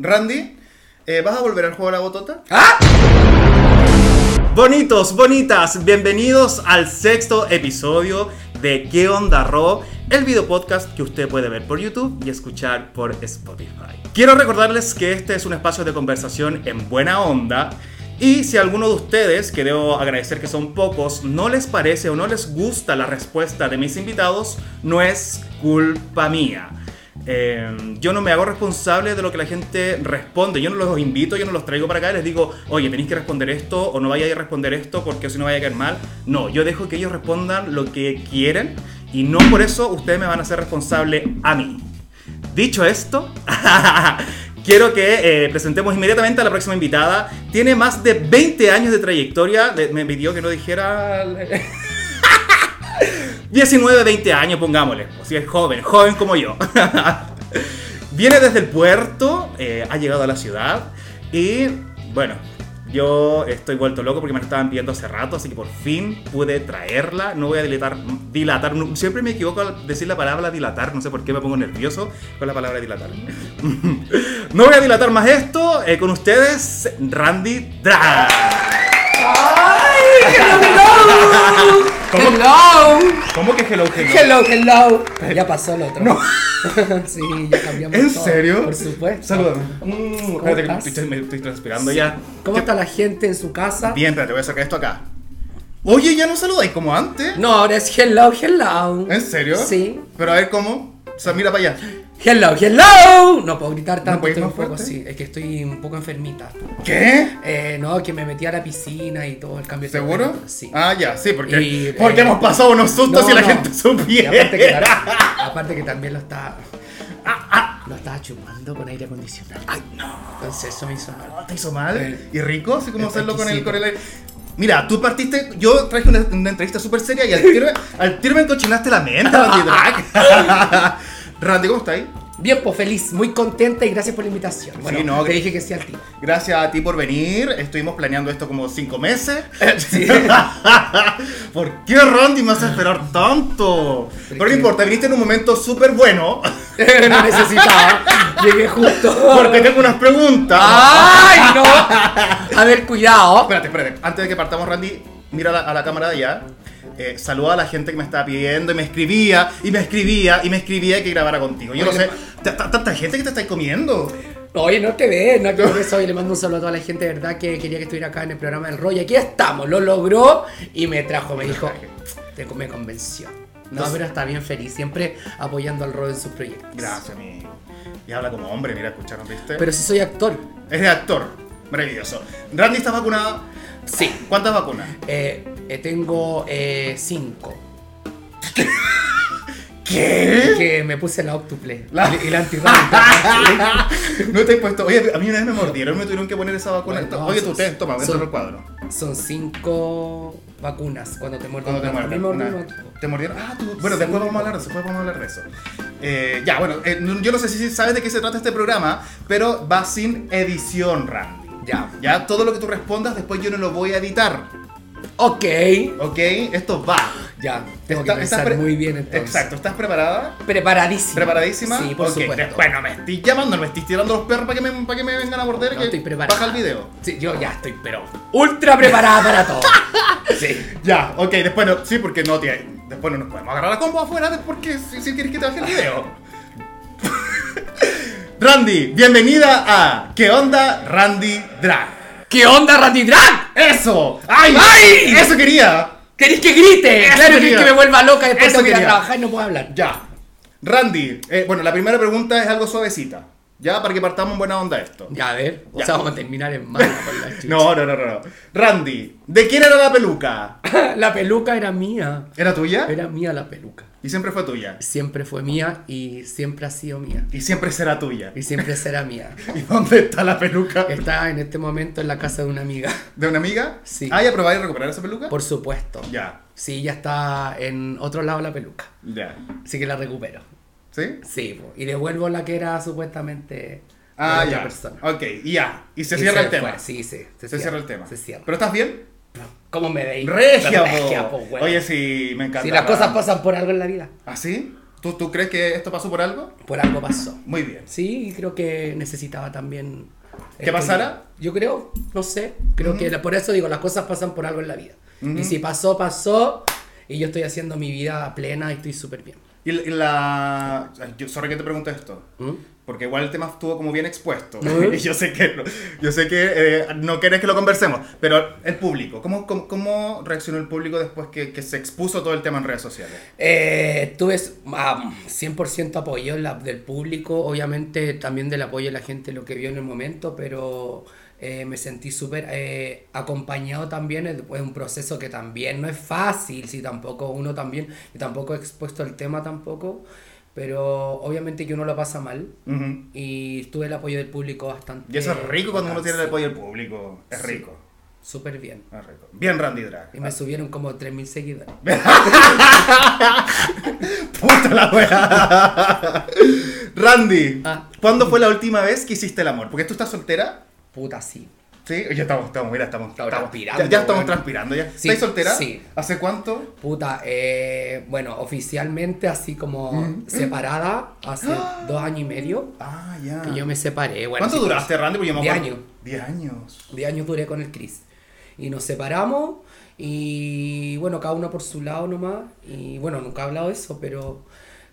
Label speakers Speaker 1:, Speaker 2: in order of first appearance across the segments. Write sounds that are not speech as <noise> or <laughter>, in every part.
Speaker 1: Randy, eh, ¿vas a volver al juego de la botota?
Speaker 2: ¡Ah! Bonitos, bonitas, bienvenidos al sexto episodio de ¿Qué onda Ro? El video podcast que usted puede ver por YouTube y escuchar por Spotify. Quiero recordarles que este es un espacio de conversación en buena onda. Y si alguno de ustedes, que debo agradecer que son pocos, no les parece o no les gusta la respuesta de mis invitados, no es culpa mía. Eh, yo no me hago responsable de lo que la gente responde. Yo no los invito, yo no los traigo para acá y les digo, oye, tenéis que responder esto o no vayáis a responder esto porque si no vaya a caer mal. No, yo dejo que ellos respondan lo que quieren y no por eso ustedes me van a ser responsable a mí. Dicho esto, <laughs> quiero que eh, presentemos inmediatamente a la próxima invitada. Tiene más de 20 años de trayectoria. Le- Me pidió que no dijera <laughs> 19, 20 años, pongámosle. O si es joven, joven como yo. Viene desde el puerto, eh, ha llegado a la ciudad y bueno, yo estoy vuelto loco porque me la estaban pidiendo hace rato, así que por fin pude traerla. No voy a dilatar, dilatar, no- siempre me equivoco al decir la palabra dilatar, no sé por qué me pongo nervioso con la palabra dilatar. <laughs> no voy a dilatar más esto, eh, con ustedes Randy Drag.
Speaker 3: Hello. Hello.
Speaker 1: ¿Cómo que hello, hello?
Speaker 3: Hello, hello. Ya pasó el otro. No. <laughs> sí, ya cambiamos.
Speaker 1: ¿En
Speaker 3: todo,
Speaker 1: serio?
Speaker 3: Por supuesto.
Speaker 1: Salúdame. Mm, espérate que me
Speaker 3: estás?
Speaker 1: estoy, me estoy transpirando ya.
Speaker 3: ¿Cómo
Speaker 1: ¿Qué-
Speaker 3: está la gente en su casa?
Speaker 1: Bien, espérate, voy a sacar esto acá. Oye, ya no saludáis como antes.
Speaker 3: No, ahora es hello, hello.
Speaker 1: ¿En serio?
Speaker 3: Sí.
Speaker 1: Pero a ver cómo. O sea, mira para allá.
Speaker 3: Hello, hello. No puedo gritar tanto.
Speaker 1: puedes
Speaker 3: estoy un
Speaker 1: más
Speaker 3: poco
Speaker 1: fuerte?
Speaker 3: así. Es que estoy un poco enfermita.
Speaker 1: ¿Qué?
Speaker 3: Eh, no, que me metí a la piscina y todo el cambio. de
Speaker 1: ¿Seguro?
Speaker 3: temperatura, Sí.
Speaker 1: Ah, ya, sí, porque,
Speaker 3: Y,
Speaker 1: porque
Speaker 3: eh,
Speaker 1: hemos pasado unos sustos
Speaker 3: No,
Speaker 1: y la
Speaker 3: no.
Speaker 1: gente
Speaker 3: Y aparte,
Speaker 1: <laughs>
Speaker 3: que,
Speaker 1: supiera.
Speaker 3: tam- aparte que también lo estaba.
Speaker 1: Ah,
Speaker 3: Lo estaba chupando con aire acondicionado. Ay, no. Entonces eso me hizo mal.
Speaker 1: ¿Te hizo mal?
Speaker 3: Eh,
Speaker 1: ¿Y rico? Así como
Speaker 3: está
Speaker 1: hacerlo con el,
Speaker 3: exquisito.
Speaker 1: con el aire. Mira, tú partiste, yo traje una, una entrevista súper seria y al tiro, al tiro me encochinaste la mente,
Speaker 3: <laughs>
Speaker 1: Randy Drag. <laughs> Randy, ¿cómo estáis?
Speaker 3: Bien, pues feliz, muy contenta y gracias por la invitación. Bueno,
Speaker 1: Sí, no,
Speaker 3: te
Speaker 1: que-
Speaker 3: dije que sí al tiro.
Speaker 1: Gracias a ti por venir. Estuvimos planeando esto como cinco meses.
Speaker 3: <laughs> sí.
Speaker 1: <laughs> ¿Por qué Randy me hace esperar tanto? Pero no
Speaker 3: qué? Ah.
Speaker 1: importa, viniste en un momento súper
Speaker 3: <laughs>
Speaker 1: bueno.
Speaker 3: <laughs> no necesitaba. Llegué justo.
Speaker 1: Porque tengo unas preguntas.
Speaker 3: ¡Ay,
Speaker 1: <laughs>
Speaker 3: no! A ver, cuidado.
Speaker 1: Espérate, espérate. Antes de que partamos, Randy, mira a la, a la cámara de allá. Eh, saluda a la gente que me estaba pidiendo y me escribía y me escribía y me escribía que grabara contigo. Yo no
Speaker 3: Oye,
Speaker 1: sé, t- t- tanta gente que te estáis comiendo.
Speaker 3: Oye, no te ves, no te ves hoy. Le mando un saludo a toda la gente, de verdad, que quería que estuviera acá en el programa del Roy. Aquí estamos, lo logró y me trajo, me dijo, te, me convenció. No,
Speaker 1: Entonces-
Speaker 3: pero está bien feliz, siempre apoyando al Roy en sus proyectos.
Speaker 1: Gracias, amigo. Y habla como hombre, mira, escucharon, ¿viste?
Speaker 3: Pero si soy actor,
Speaker 1: Es de actor. Maravilloso. Randy, ¿estás vacunado?
Speaker 3: sí.
Speaker 1: ¿Cuántas vacunas?
Speaker 3: Eh, eh, tengo eh, cinco.
Speaker 1: <laughs> ¿Qué?
Speaker 3: que me puse la octuple
Speaker 1: La-
Speaker 3: y la antirrábica.
Speaker 1: <laughs> <laughs> no te he puesto. Oye, a mí una vez me mordieron, me tuvieron que poner esa vacuna.
Speaker 3: Bueno,
Speaker 1: To-
Speaker 3: no,
Speaker 1: Oye,
Speaker 3: son-
Speaker 1: tú ten, toma, ven
Speaker 3: son-
Speaker 1: el cuadro.
Speaker 3: Son cinco vacunas cuando te muerden.
Speaker 1: Cuando te
Speaker 3: A mí
Speaker 1: muerden.
Speaker 3: me
Speaker 1: una-
Speaker 3: mordieron aquí.
Speaker 1: ¿Te mordieron? Ah, tú. Bueno,
Speaker 3: Sí.
Speaker 1: después vamos a hablar de eso. Después vamos a hablar de eso. Eh, ya, bueno, eh, no- yo no sé si sabes de qué se trata este programa, pero va sin edición, Randy.
Speaker 3: Ya.
Speaker 1: Ya, todo lo que tú respondas, después yo no lo voy a editar.
Speaker 3: Ok.
Speaker 1: ¿Ok? Esto va.
Speaker 3: Ya, tengo
Speaker 1: Está-
Speaker 3: que
Speaker 1: estás
Speaker 3: pensar
Speaker 1: pre-
Speaker 3: muy bien entonces.
Speaker 1: Exacto, ¿estás preparada?
Speaker 3: Preparadísima.
Speaker 1: ¿Preparadísima?
Speaker 3: Sí, por
Speaker 1: Ok,
Speaker 3: supuesto.
Speaker 1: Después no me estoy llamando, no me estoy tirando los perros para que me, para que me vengan a morder.
Speaker 3: No
Speaker 1: que
Speaker 3: estoy preparada.
Speaker 1: Baja el video.
Speaker 3: Sí, yo ya estoy, pero ultra preparada para todo. Sí.
Speaker 1: <laughs> Ya, ok, después no, sí, porque no te, después no nos podemos agarrar a combo afuera de- porque si, si quieres que te baje el video. <laughs> Randy, bienvenida a ¿Qué onda Randy Drag?
Speaker 3: ¿Qué onda, Randy Drag?
Speaker 1: ¡Eso! ¡Ay!
Speaker 3: ¡Ay!
Speaker 1: ¡Eso quería!
Speaker 3: ¿Queréis que grite?
Speaker 1: Eso
Speaker 3: claro, queréis
Speaker 1: quería.
Speaker 3: que me vuelva loca después
Speaker 1: Eso
Speaker 3: tengo que ir a
Speaker 1: quería.
Speaker 3: trabajar y no puedo hablar.
Speaker 1: Ya. Randy, eh, bueno, la primera pregunta es algo suavecita. Ya, para que partamos en buena onda esto.
Speaker 3: Ya, a ver. O
Speaker 1: Ya.
Speaker 3: sea, vamos a terminar en mano con la chucha.
Speaker 1: No, no, no, no. no. Randy, ¿de quién era la peluca?
Speaker 3: <laughs> La peluca era mía.
Speaker 1: ¿Era tuya?
Speaker 3: Era mía la peluca.
Speaker 1: Y siempre fue tuya.
Speaker 3: siempre fue mía y siempre ha sido mía.
Speaker 1: Y siempre será tuya.
Speaker 3: Y siempre será mía.
Speaker 1: ¿Y dónde está la peluca?
Speaker 3: Está en este momento en la casa de una amiga,
Speaker 1: ¿De una amiga?
Speaker 3: Sí.
Speaker 1: ¿Ah, ya probáis recuperar esa peluca?
Speaker 3: por supuesto.
Speaker 1: Ya,
Speaker 3: Sí, ya está en otro lado la peluca.
Speaker 1: ya.
Speaker 3: Así que la recupero.
Speaker 1: ¿Sí?
Speaker 3: Sí, po. y devuelvo la que era supuestamente de
Speaker 1: Ah,
Speaker 3: otra
Speaker 1: ya.
Speaker 3: persona.
Speaker 1: Ok, y ya. Y se
Speaker 3: Y
Speaker 1: cierra el
Speaker 3: fue.
Speaker 1: tema. Se,
Speaker 3: Sí, sí. Se,
Speaker 1: cierra el tema.
Speaker 3: Se cierra.
Speaker 1: ¿Pero estás bien?
Speaker 3: ¿Cómo me veis?
Speaker 1: Regia, po.
Speaker 3: po, weón.
Speaker 1: Oye, sí, me encanta.
Speaker 3: Si las cosas pasan por algo en la vida.
Speaker 1: ¿Ah, sí? ¿Tú, ¿Tú crees que esto pasó por algo?
Speaker 3: Por algo pasó.
Speaker 1: Muy bien.
Speaker 3: Sí, y creo que necesitaba también. este,
Speaker 1: ¿Que pasara?
Speaker 3: Yo creo, no sé. Creo que la- por eso digo, las cosas pasan por algo en la vida. Y si pasó, pasó. Y yo estoy haciendo mi vida plena y estoy súper bien.
Speaker 1: Y la- y la... ay, Yo, sorry que te pregunte esto. Porque igual el tema estuvo como bien expuesto.
Speaker 3: ¿Mm?
Speaker 1: Y <laughs> yo sé que, no- yo sé que eh, no querés que lo conversemos, pero el público, ¿cómo, cómo, cómo reaccionó el público después que, que se expuso todo el tema en redes sociales?
Speaker 3: Eh, tuve ah, 100% apoyo la- del público, obviamente también del apoyo de la gente, lo que vio en el momento, pero eh, me sentí súper eh, acompañado también, es es un proceso que también no es fácil, si tampoco uno también, y tampoco he expuesto el tema tampoco, pero obviamente que uno lo pasa mal
Speaker 1: Ujú.
Speaker 3: y tuve el apoyo del público bastante.
Speaker 1: Y eso es rico cuando uno tiene el
Speaker 3: Eh, sí,
Speaker 1: apoyo del público. Es
Speaker 3: Sí.
Speaker 1: rico.
Speaker 3: Súper bien.
Speaker 1: Es rico. Ah, Bien, Randy Drag. Ah,
Speaker 3: Y me subieron como 3.000 seguidores.
Speaker 1: Puta la
Speaker 3: <laughs>
Speaker 1: wea. Randy,
Speaker 3: Ah.
Speaker 1: ¿cuándo fue la última vez que hiciste el amor? Porque tú estás soltera.
Speaker 3: Puta, sí.
Speaker 1: Sí, ya estamos, estamos, mira, estamos,
Speaker 3: Estamos
Speaker 1: estamos-
Speaker 3: transpirando,
Speaker 1: Ya, ya estamos
Speaker 3: weón.
Speaker 1: transpirando, ya.
Speaker 3: Sí,
Speaker 1: ¿Estás soltera?
Speaker 3: sí.
Speaker 1: ¿Hace cuánto?
Speaker 3: Puta, eh, bueno, oficialmente así como
Speaker 1: Mm,
Speaker 3: separada hace dos años y medio
Speaker 1: Ah, ya.
Speaker 3: que yo me separé. Bueno,
Speaker 1: ¿Cuánto
Speaker 3: sí,
Speaker 1: duraste, Randy? Porque yo me
Speaker 3: Diez
Speaker 1: acuerdo-
Speaker 3: años.
Speaker 1: Diez años.
Speaker 3: De años duré con el Chris. Y nos separamos y bueno, cada uno por su lado nomás. Y bueno, nunca he hablado de eso, pero...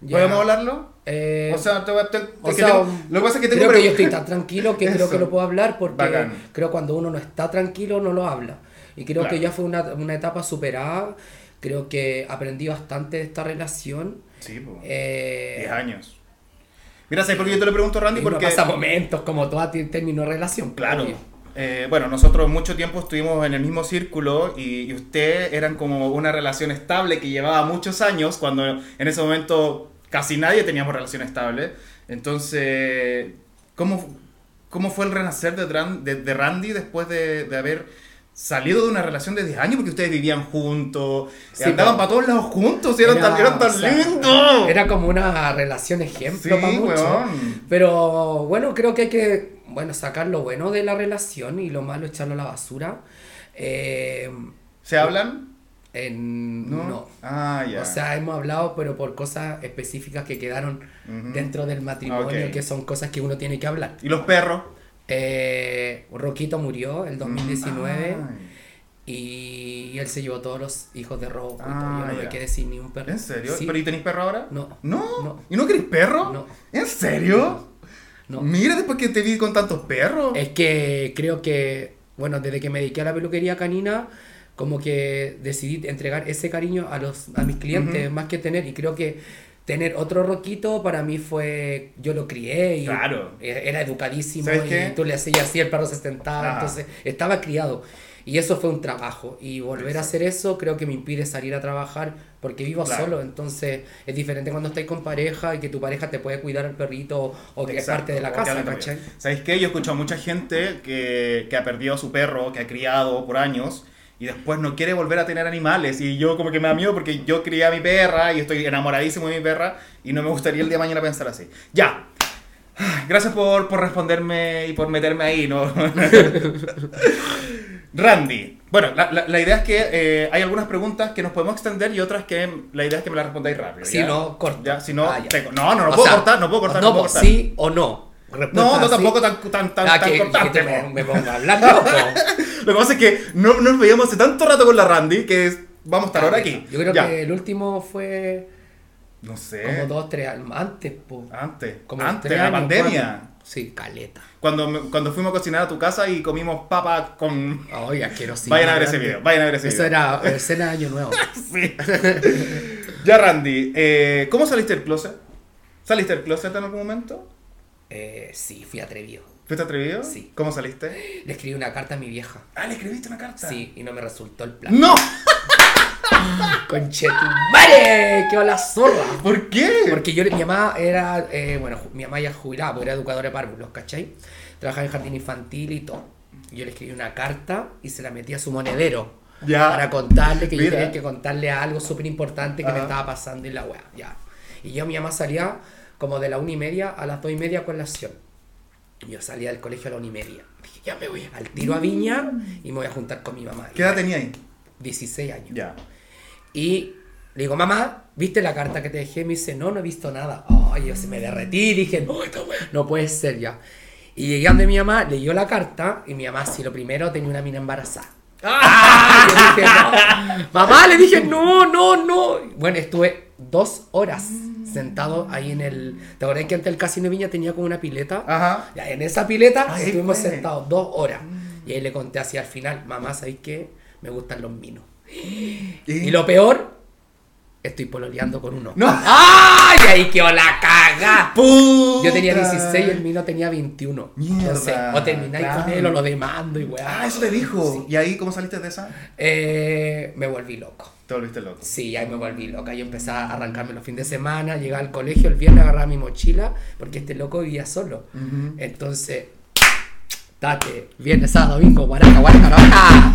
Speaker 3: ya-
Speaker 1: ¿Podemos hablarlo?
Speaker 3: Eh,
Speaker 1: o sea, te, te-
Speaker 3: o
Speaker 1: es que
Speaker 3: sea,
Speaker 1: tengo- lo que pasa es que tengo
Speaker 3: creo que yo
Speaker 1: pregun-
Speaker 3: estoy tan tranquilo que creo
Speaker 1: Eso.
Speaker 3: que lo puedo hablar porque
Speaker 1: Bacán.
Speaker 3: creo cuando uno no está tranquilo no lo habla. Y creo
Speaker 1: Claro.
Speaker 3: que ya fue una, una etapa superada. Creo que aprendí bastante de esta relación.
Speaker 1: <laughs> Sí, po.
Speaker 3: Eh,
Speaker 1: Diez años. Mira, ¿sabes por qué yo te lo pregunto, Randy?
Speaker 3: y uno
Speaker 1: Porque...
Speaker 3: pasa momentos como toda ti- término de relación. pues,
Speaker 1: Claro.
Speaker 3: obvio.
Speaker 1: Eh, bueno, nosotros mucho tiempo estuvimos en el mismo círculo y, y ustedes eran como una relación estable que llevaba muchos años, cuando en ese momento casi nadie teníamos relación estable. Entonces, ¿cómo, cómo fue el renacer de, Dran- de- de Randy después de, de haber salido de una relación de 10 años? Porque ustedes vivían juntos,
Speaker 3: Sí,
Speaker 1: andaban
Speaker 3: po.
Speaker 1: para todos lados juntos y eran tan, eran tan
Speaker 3: o sea,
Speaker 1: lindos.
Speaker 3: Era como una relación ejemplo
Speaker 1: Sí,
Speaker 3: para muchos.
Speaker 1: weón.
Speaker 3: Pero bueno, creo que hay que bueno, sacar lo bueno de la relación y lo malo echarlo a la basura. Eh,
Speaker 1: ¿Se hablan?
Speaker 3: en-
Speaker 1: No.
Speaker 3: no.
Speaker 1: Ah, ya.
Speaker 3: O sea, hemos hablado, pero por cosas específicas que quedaron
Speaker 1: Ujú. Ah,
Speaker 3: dentro del matrimonio,
Speaker 1: Ok.
Speaker 3: que son cosas que uno tiene que hablar.
Speaker 1: ¿Y los perros?
Speaker 3: Eh, Roquito murió
Speaker 1: Mm,
Speaker 3: el 2019.
Speaker 1: Ay.
Speaker 3: Y él se llevó todos los hijos de robo. y
Speaker 1: Ah,
Speaker 3: todo. Yo no
Speaker 1: ya.
Speaker 3: me quedé sin ni un perro.
Speaker 1: ¿En serio?
Speaker 3: Sí.
Speaker 1: ¿Pero y tenéis perro ahora?
Speaker 3: No.
Speaker 1: ¿No?
Speaker 3: No.
Speaker 1: ¿Y no queréis perro?
Speaker 3: No.
Speaker 1: ¿En serio?
Speaker 3: No.
Speaker 1: Mira después que te vi con tantos perros.
Speaker 3: Es que creo que, bueno, desde que me dediqué a la peluquería canina, como que decidí entregar ese cariño a, los, a mis clientes más que tener. Y creo que tener otro roquito para mí fue. Yo lo crié y
Speaker 1: Claro.
Speaker 3: e- era educadísimo.
Speaker 1: ¿Sabes
Speaker 3: y
Speaker 1: qué? Ah.
Speaker 3: tú le hacías así, el perro se sentaba.
Speaker 1: Ajá.
Speaker 3: Entonces estaba criado. Y eso fue un trabajo. Y volver a hacer eso creo que me impide salir a trabajar porque vivo
Speaker 1: Claro.
Speaker 3: solo. Entonces es diferente cuando estáis con pareja y que tu pareja te puede cuidar al perrito o, o que es parte de la casa, ¿cachai?
Speaker 1: ¿Sabéis qué? Yo he escuchado a mucha gente que, que ha perdido a su perro, que ha criado por años. Y después no quiere volver a tener animales. Y yo como que me da miedo porque yo crié a mi perra y estoy enamoradísimo de mi perra. Y no me gustaría el día de mañana pensar así. Ya. Ay, Gracias por, por responderme y por meterme ahí, ¿no? <laughs> Randy. Bueno, la, la- la idea es que eh, hay algunas preguntas que nos podemos extender y otras que la idea es que me las respondáis rápido.
Speaker 3: Si
Speaker 1: ¿ya?
Speaker 3: no, corto.
Speaker 1: Ya, si no,
Speaker 3: Ah, ya.
Speaker 1: te- no, no, no
Speaker 3: O
Speaker 1: puedo
Speaker 3: sea,
Speaker 1: cortar, no puedo cortar.
Speaker 3: No,
Speaker 1: no puedo
Speaker 3: pues,
Speaker 1: cortar.
Speaker 3: sí o no.
Speaker 1: No,
Speaker 3: Respuesta
Speaker 1: no
Speaker 3: ¿Ah, sí.
Speaker 1: tampoco tan, tan, tan,
Speaker 3: Ah,
Speaker 1: tan
Speaker 3: que-
Speaker 1: cortante,
Speaker 3: que
Speaker 1: po.
Speaker 3: me, me <laughs> pongo a hablar, no, po.
Speaker 1: Lo que pasa es que no no nos veíamos hace tanto rato con la Randy que es- vamos a estar ahora aquí.
Speaker 3: Ah, Yo creo
Speaker 1: Ya.
Speaker 3: que el último fue
Speaker 1: No sé.
Speaker 3: como dos, tres años antes, po.
Speaker 1: Antes.
Speaker 3: Como
Speaker 1: antes de
Speaker 3: tres
Speaker 1: la
Speaker 3: años,
Speaker 1: pandemia.
Speaker 3: cuatro. Sí, caleta.
Speaker 1: Cuando, me- cuando fuimos a cocinar a tu casa y comimos papa con...
Speaker 3: Oye, quiero
Speaker 1: vayan a ver ese video, vayan a ver ese
Speaker 3: Eso
Speaker 1: video.
Speaker 3: era
Speaker 1: <laughs>
Speaker 3: escena de Año Nuevo.
Speaker 1: Sí. <laughs> ya, Randy, eh, ¿cómo saliste del closet? ¿Saliste del closet en algún momento?
Speaker 3: Eh, sí, fui atrevido.
Speaker 1: ¿Fuiste atrevido?
Speaker 3: Sí.
Speaker 1: ¿Cómo saliste?
Speaker 3: Le escribí una carta a mi vieja.
Speaker 1: Ah, le escribiste una carta.
Speaker 3: Sí, y no me resultó el plan.
Speaker 1: ¡No!
Speaker 3: ¡Conchetumare! ¡Qué la zorra!
Speaker 1: ¿Por qué?
Speaker 3: Porque yo, mi mamá era, eh, bueno, ju- mi mamá ya jubilada, porque era educadora de párvulos, ¿cachai? Trabajaba en jardín infantil y todo. Yo le escribí una carta y se la metí a su monedero.
Speaker 1: Ya.
Speaker 3: Para contarle que
Speaker 1: Mira.
Speaker 3: yo tenía que contarle algo súper importante que
Speaker 1: Ajá.
Speaker 3: me estaba pasando y la weá, ya. Y yo, mi mamá salía como de la una y media a las dos y media con la acción. Yo salía del colegio a la una y media. Dije, ya me voy al tiro a Viña y me voy a juntar con mi mamá.
Speaker 1: ¿Qué edad tenía ahí?
Speaker 3: 16 años.
Speaker 1: Ya.
Speaker 3: Y Le digo, mamá, ¿viste la carta que te dejé? Me dice, no, no he visto nada. Ay, yo se me derretí, dije, no, esta wea no puede ser ya. Y llegué donde mi mamá, leyó la carta, y mi mamá, si lo primero, tenía una mina embarazada. ¡Ah! Yo dije, no. Mamá, le dije, no, no, no. Bueno, estuve dos horas sentado ahí en el... ¿Te acordás que antes el casino Viña tenía como una pileta?
Speaker 1: Ajá.
Speaker 3: Ya, en esa pileta
Speaker 1: Ah. Ay,
Speaker 3: estuvimos
Speaker 1: güey.
Speaker 3: sentados dos horas. Y ahí le conté así al final, mamá, ¿sabéis qué? Me gustan los minos. Y lo peor, estoy pololeando con uno.
Speaker 1: No.
Speaker 3: ¡Ay! Ahí quedó la caga.
Speaker 1: ¡Puta!
Speaker 3: Yo tenía 16 y el mino tenía 21.
Speaker 1: Mierda,
Speaker 3: Entonces, o termináis
Speaker 1: claro.
Speaker 3: con él o lo demando y weá.
Speaker 1: Ah, eso te dijo. ¿Y ahí cómo saliste de esa?
Speaker 3: Eh, me volví loco.
Speaker 1: Te volviste loco.
Speaker 3: Sí, ahí me volví loca. Yo empecé a arrancarme los fines de semana, llegaba al colegio, el viernes agarraba mi mochila, porque este loco vivía solo. Entonces, date, viernes, sábado, domingo, guaraca,
Speaker 1: <laughs>
Speaker 3: guaraca, guaraca.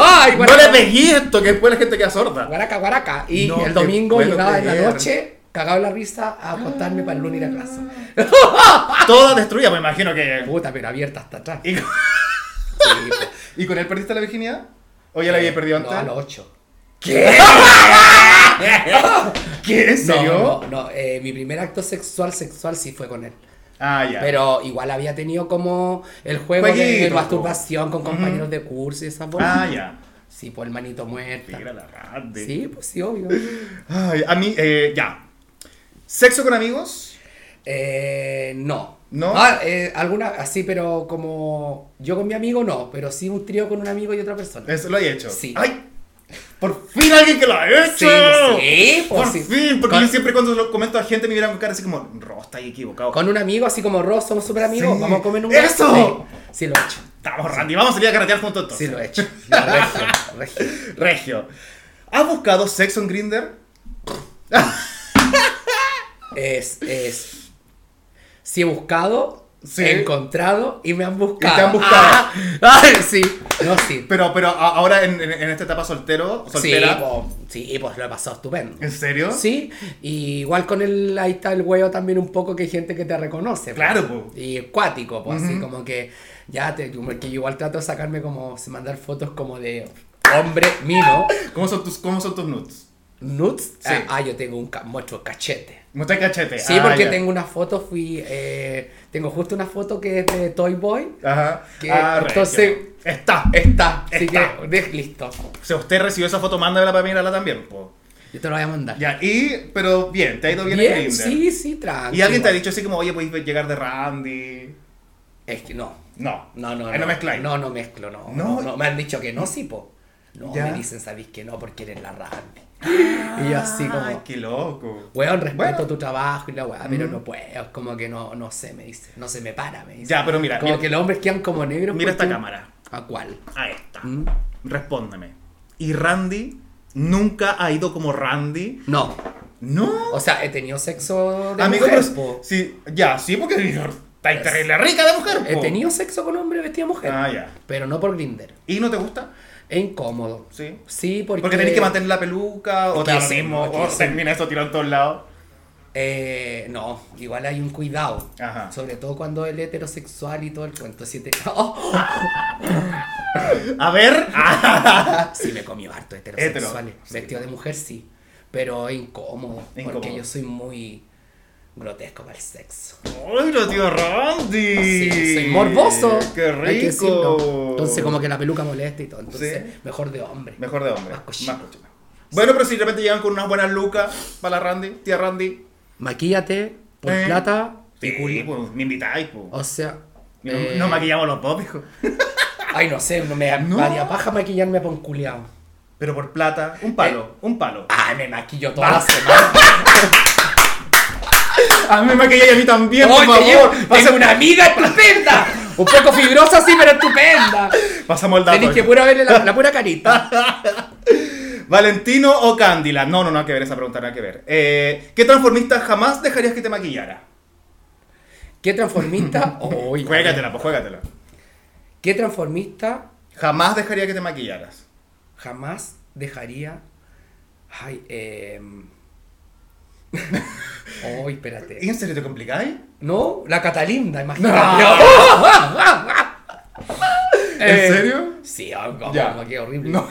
Speaker 3: ¡Ay,
Speaker 2: No
Speaker 3: guaraca!
Speaker 2: le pegué esto, que después la gente queda sorda.
Speaker 3: Guaraca, guaraca. Y
Speaker 1: No
Speaker 3: el
Speaker 1: te
Speaker 3: domingo
Speaker 1: puedo
Speaker 3: llegaba en la
Speaker 1: creer.
Speaker 3: noche, cagado en la risa, a acostarme para el lunes ir a clase.
Speaker 1: Ah.
Speaker 2: Toda destruida, me imagino
Speaker 3: <laughs>
Speaker 2: que.
Speaker 3: Puta, pero abierta hasta atrás.
Speaker 1: ¿Y,
Speaker 3: Sí, pues.
Speaker 1: ¿Y con él perdiste la virginidad? ¿O ya la había perdido antes?
Speaker 3: No, a los 8.
Speaker 1: ¿Qué? ¿En serio?
Speaker 3: No, no, no, eh, mi primer acto sexual, sexual sí fue con él.
Speaker 1: Ah, ya.
Speaker 3: Pero igual había tenido como el juego de- de,
Speaker 1: Jueguito, pues.
Speaker 3: masturbación con compañeros de curso y esas bolas.
Speaker 1: Ah, ya.
Speaker 3: Sí, por el manito muerta.
Speaker 2: Mira la grande.
Speaker 3: Sí, pues
Speaker 1: <laughs>
Speaker 3: sí, obvio.
Speaker 1: Ay, a mí, eh, ya. ¿Sexo con amigos?
Speaker 3: Eh, no.
Speaker 1: ¿No?
Speaker 3: Ah, eh, alguna, así, pero como yo con mi amigo no, pero sí un trío con un amigo y otra persona.
Speaker 1: Eso lo he hecho.
Speaker 3: Sí.
Speaker 1: ¡Ay! Por fin alguien que lo ha hecho.
Speaker 3: Sí, sí, pues
Speaker 1: Por
Speaker 3: sí.
Speaker 1: fin, porque
Speaker 3: Con-
Speaker 1: yo siempre cuando lo comento a gente me miran con cara así como, Ro, está ahí equivocado.
Speaker 3: Con un amigo, así como Ross, somos súper amigos,
Speaker 1: Sí.
Speaker 3: vamos a comer un
Speaker 1: ¡Eso!
Speaker 3: Sí, sí lo he hecho.
Speaker 1: Estamos, Randy, vamos a salir a carretear juntos. entonces.
Speaker 3: Sí lo
Speaker 1: <laughs>
Speaker 3: he hecho. No, <laughs> regio, regio.
Speaker 1: Regio. ¿Has buscado sexo en Grinder?
Speaker 3: Es, es. Si he buscado,
Speaker 1: Sí.
Speaker 3: he encontrado y me han buscado.
Speaker 1: Y te han buscado.
Speaker 3: Ah, <laughs> ay, sí. No, sí.
Speaker 1: Pero, pero a- ahora en, en- en esta etapa soltero,
Speaker 3: Sí,
Speaker 1: soltera.
Speaker 3: po, sí, pues lo he pasado estupendo.
Speaker 1: ¿En serio?
Speaker 3: Sí, y igual con el, ahí está el huevo también un poco que hay gente que te reconoce. po.
Speaker 1: Claro, po.
Speaker 3: Y cuático, pues así como que ya te, como que yo igual trato de sacarme como, mandar fotos como de hombre mino.
Speaker 1: ¿Cómo son tus, cómo son tus nudes?
Speaker 3: Nuts.
Speaker 1: Sí.
Speaker 3: Ah, yo tengo un ca- muestro cachete.
Speaker 1: Muestra cachete.
Speaker 3: Sí,
Speaker 1: Ah,
Speaker 3: porque
Speaker 1: ya.
Speaker 3: tengo una foto, fui, eh, tengo justo una foto que es de Toy Boy.
Speaker 1: Ajá.
Speaker 3: que-
Speaker 1: Ah, regio.
Speaker 3: entonces-
Speaker 1: Está.
Speaker 3: Está, así
Speaker 1: Está.
Speaker 3: que de- listo.
Speaker 1: O sea, usted recibió esa foto, mándamela para mirarla también, po.
Speaker 3: Yo te lo voy a mandar.
Speaker 1: Ya, y, pero bien, te ha ido bien, en Grindr.
Speaker 3: sí, sí, tranquilo.
Speaker 1: Y alguien te ha dicho así como, oye, podéis llegar de Randy.
Speaker 3: Es que no.
Speaker 1: No.
Speaker 3: No, no,
Speaker 1: Ahí Ah, no mezcláis.
Speaker 3: No, no mezclo, no.
Speaker 1: No.
Speaker 3: No, no. Me han dicho que no, sí, po. No,
Speaker 1: Ya.
Speaker 3: me dicen, sabéis que no, porque eres la Randy. y yo así
Speaker 1: Ay,
Speaker 3: como,
Speaker 1: qué loco.
Speaker 3: weón, respeto
Speaker 1: Bueno.
Speaker 3: tu trabajo y la weá, pero no puedo. Es como que no, no sé, me dice. No se me para, me dice.
Speaker 1: Ya, pero mira,
Speaker 3: Como
Speaker 1: mira,
Speaker 3: que los hombres quedan como negros.
Speaker 1: mira
Speaker 3: porque-
Speaker 1: esta cámara.
Speaker 3: ¿A cuál?
Speaker 1: A esta.
Speaker 3: ¿Mm?
Speaker 1: Respóndeme. ¿Y Randy nunca ha ido como Randy?
Speaker 3: No.
Speaker 1: No.
Speaker 3: O sea, he tenido sexo de
Speaker 1: Amigo,
Speaker 3: mujer,
Speaker 1: pero-
Speaker 3: po.
Speaker 1: Sí, ya, sí, porque está terrible rica de mujer,
Speaker 3: He
Speaker 1: po.
Speaker 3: tenido sexo con hombre vestido de mujer.
Speaker 1: Ah, ya.
Speaker 3: Pero no por Grinder.
Speaker 1: ¿Y no te gusta?
Speaker 3: Es incómodo.
Speaker 1: Sí.
Speaker 3: Sí, porque.
Speaker 1: Porque tenés que mantener la peluca, o
Speaker 3: Aquí
Speaker 1: te da lo
Speaker 3: sí,
Speaker 1: mismo,
Speaker 3: aquí
Speaker 1: o
Speaker 3: sí.
Speaker 1: termina eso tirado en todos lados.
Speaker 3: Eh, no, igual hay un cuidado.
Speaker 1: Ajá.
Speaker 3: Sobre todo cuando el heterosexual y todo el cuento. Si, te... <laughs> ¡Oh!
Speaker 1: <laughs> A ver. <laughs>
Speaker 3: sí me comió harto heterosexuales.
Speaker 1: Hetero, sí.
Speaker 3: Vestido de mujer, sí. Pero es incómodo.
Speaker 1: Incómodo.
Speaker 3: Porque yo soy muy grotesco para el sexo.
Speaker 1: ¡Ay, lo tío Randy!
Speaker 3: Sí, soy morboso.
Speaker 1: ¡Qué
Speaker 3: hay que decirlo.
Speaker 1: rico!
Speaker 3: Entonces, como que la peluca molesta y todo. Entonces,
Speaker 1: Sí.
Speaker 3: mejor de hombre.
Speaker 1: Mejor de hombre.
Speaker 3: Más cochino.
Speaker 1: Más cochino. Bueno, pero si de repente llegan con unas buenas lucas para la Randy, tía Randy.
Speaker 3: Maquíllate por
Speaker 1: Eh.
Speaker 3: plata y
Speaker 1: Sí,
Speaker 3: culo.
Speaker 1: pues, me invitáis, pues.
Speaker 3: O sea.
Speaker 1: No,
Speaker 3: eh,
Speaker 1: no maquillamos los dos, hijo.
Speaker 3: Ay, no sé, no me
Speaker 1: No.
Speaker 3: daría paja maquillarme por un culiao.
Speaker 1: Pero por plata, eh, un palo, un palo.
Speaker 3: Ay, me maquillo toda la semana.
Speaker 1: <laughs> A mí Ah, me maquilláis a mí también, por
Speaker 3: Oye,
Speaker 1: favor.
Speaker 3: llevo-
Speaker 1: Pasa-
Speaker 3: tengo una amiga estupenda. Un poco fibrosa, sí, pero estupenda.
Speaker 1: Pasamos el dato.
Speaker 3: Tenéis que pura verle la, la pura carita.
Speaker 1: ¿Valentino o Cándila? No, no, no, hay que ver esa pregunta, nada que ver. Eh, ¿Qué transformista jamás dejarías que te maquillara?
Speaker 3: ¿Qué transformista? Oye,
Speaker 1: Juégatela, pues juégatela.
Speaker 3: ¿Qué transformista
Speaker 1: Jamás dejaría que te maquillaras.
Speaker 3: jamás dejaría? Ay, eh.
Speaker 1: <laughs>
Speaker 3: Oye,
Speaker 1: ¿Y
Speaker 3: espérate.
Speaker 1: en serio te complicáis?
Speaker 3: No, la Catalinda, imagínate. <laughs>
Speaker 1: ¿En serio?
Speaker 3: Sí, algo
Speaker 1: Ya.
Speaker 3: Eh, ah, como que horrible.
Speaker 1: No.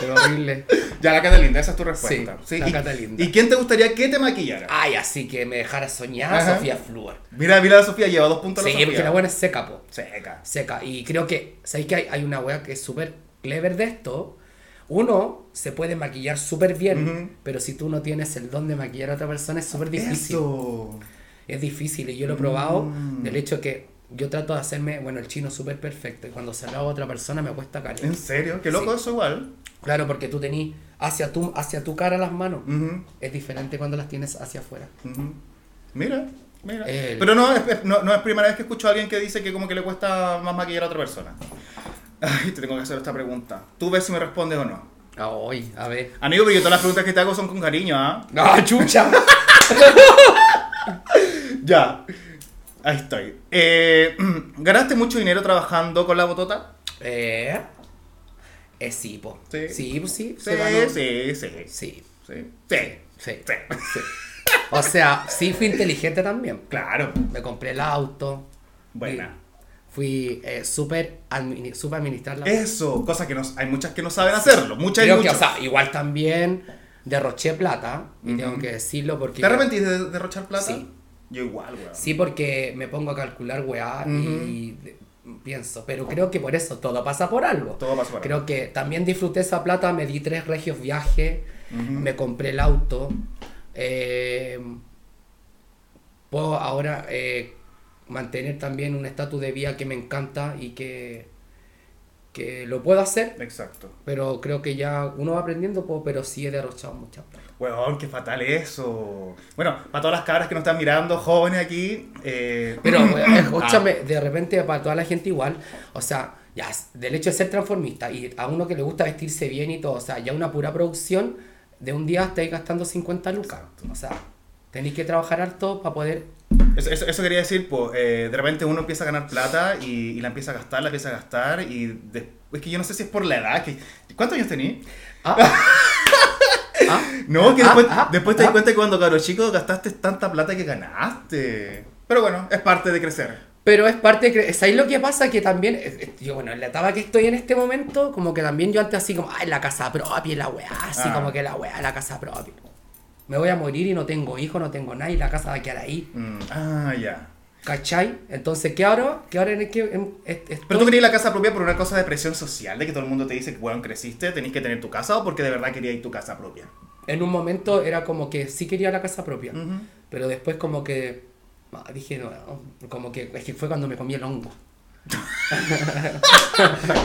Speaker 3: Qué horrible.
Speaker 1: <laughs> Ya la Catalinda, esa es tu respuesta.
Speaker 3: Sí, la
Speaker 1: ¿Y-
Speaker 3: Catalinda.
Speaker 1: ¿Y quién te gustaría que te maquillara?
Speaker 3: Ay, así que me dejara soñar
Speaker 1: Ajá.
Speaker 3: Sofía Flúor.
Speaker 1: Mira, mira la Sofía, lleva dos puntos a
Speaker 3: Sí,
Speaker 1: la Sofía.
Speaker 3: porque la buena es seca, po.
Speaker 1: Seca.
Speaker 3: Seca. Y creo que, ¿sabéis que hay, hay una wea que es súper clever de esto? Uno se puede maquillar súper bien,
Speaker 1: Ujú.
Speaker 3: pero si tú no tienes el don de maquillar a otra persona es súper difícil.
Speaker 1: Eso.
Speaker 3: Es difícil y yo lo he probado
Speaker 1: Mm.
Speaker 3: del hecho que yo trato de hacerme, bueno, el chino súper perfecto y cuando se lo hago a otra persona me cuesta
Speaker 1: ¿En
Speaker 3: cariño.
Speaker 1: serio? Qué loco eso igual.
Speaker 3: Claro, porque tú tenés hacia tu, hacia tu cara las manos.
Speaker 1: Ujú,
Speaker 3: Es diferente cuando las tienes hacia afuera.
Speaker 1: ujú. Mira, mira.
Speaker 3: El-
Speaker 1: Pero no es, es- no, no es primera vez que escucho a alguien que dice que como que le cuesta más maquillar a otra persona. Ay, te tengo que hacer esta pregunta. Tú ves si me respondes o no.
Speaker 3: Ay, a ver. <laughs>
Speaker 1: Amigo, pero yo todas las preguntas que te hago son con cariño, ¿ah?
Speaker 3: ¡Ah, chucha! <laughs>
Speaker 1: Ya. Ahí estoy. Eh, <clears throat> ¿Ganaste mucho dinero trabajando con la botota?
Speaker 3: eh, eh, sí, po.
Speaker 1: Sí.
Speaker 3: Sí, po, sí.
Speaker 1: Sí,
Speaker 3: se ganó.
Speaker 1: sí, sí.
Speaker 3: Sí,
Speaker 1: Sí, sí.
Speaker 3: sí.
Speaker 1: Sí.
Speaker 3: sí. O sea, sí fui inteligente también.
Speaker 1: Claro.
Speaker 3: Me compré el auto.
Speaker 1: Buena.
Speaker 3: Fui eh, súper admini- supe administrar la
Speaker 1: Eso, cosa que no, hay muchas que no saben hacerlo. Muchas y
Speaker 3: Creo que,
Speaker 1: muchos.
Speaker 3: o sea, igual también derroché plata, y tengo que decirlo porque...
Speaker 1: ¿Te arrepentís de de derrochar plata?
Speaker 3: Sí.
Speaker 1: Yo igual, weón.
Speaker 3: Sí, porque me pongo a calcular weá y de- pienso, pero creo que por eso todo pasa por algo.
Speaker 1: Todo pasa por
Speaker 3: Creo que también disfruté esa plata, me di tres regios viajes, me compré el auto. eh, puedo ahora eh, mantener también un estatus de vida que me encanta y que, que lo puedo hacer.
Speaker 1: Exacto.
Speaker 3: Pero creo que ya uno va aprendiendo, po, pero sí he derrochado
Speaker 1: <clears throat>
Speaker 3: mucha plata.
Speaker 1: Weón, qué fatal eso. Bueno, para todas las cabras que nos están mirando, jóvenes aquí, eh, <clears throat>
Speaker 3: Pero, eh, escúchame, de repente para toda la gente igual, o sea, ya, s- del hecho de ser transformista y a uno que le gusta vestirse bien y todo, o sea, ya una pura producción, de un día estáis gastando 50 lucas. O sea, tenéis que trabajar harto para poder...
Speaker 1: eso, eso- eso quería decir, pues, eh, de repente uno empieza a ganar plata y, y la empieza a gastar, la empieza a gastar y de- es que yo no sé si es por la edad, que, ¿cuántos años tenía?
Speaker 3: Ah, ah,
Speaker 1: No, que
Speaker 3: Ah,
Speaker 1: después,
Speaker 3: ah,
Speaker 1: después te das
Speaker 3: ah.
Speaker 1: cuenta que cuando caro chico gastaste tanta plata que ganaste. Pero bueno, es parte de crecer.
Speaker 3: Pero es parte de... cre- ¿Sabéis lo que pasa? Que también, eh, eh, yo bueno, en la etapa que estoy en este momento, como que también yo antes así como, ay, la casa propia, y la weá, así
Speaker 1: Ah.
Speaker 3: como que la weá, la casa propia. Me voy a morir y no tengo hijo, no tengo nada y la casa va a quedar ahí.
Speaker 1: Mm, ah, ya.
Speaker 3: ¿Cachai? Entonces, ¿qué ahora? ¿Qué ahora en el que... en- est- est-
Speaker 1: Pero tú querías la casa propia por una cosa de presión social, de que todo el mundo te dice que, weón, creciste, tenés que tener tu casa o porque de verdad querías tu casa propia.
Speaker 3: en un momento era como que sí quería la casa propia,
Speaker 1: Ujú.
Speaker 3: pero después como que... ah, Dije, no, no, como que es que fue cuando me comí el hongo.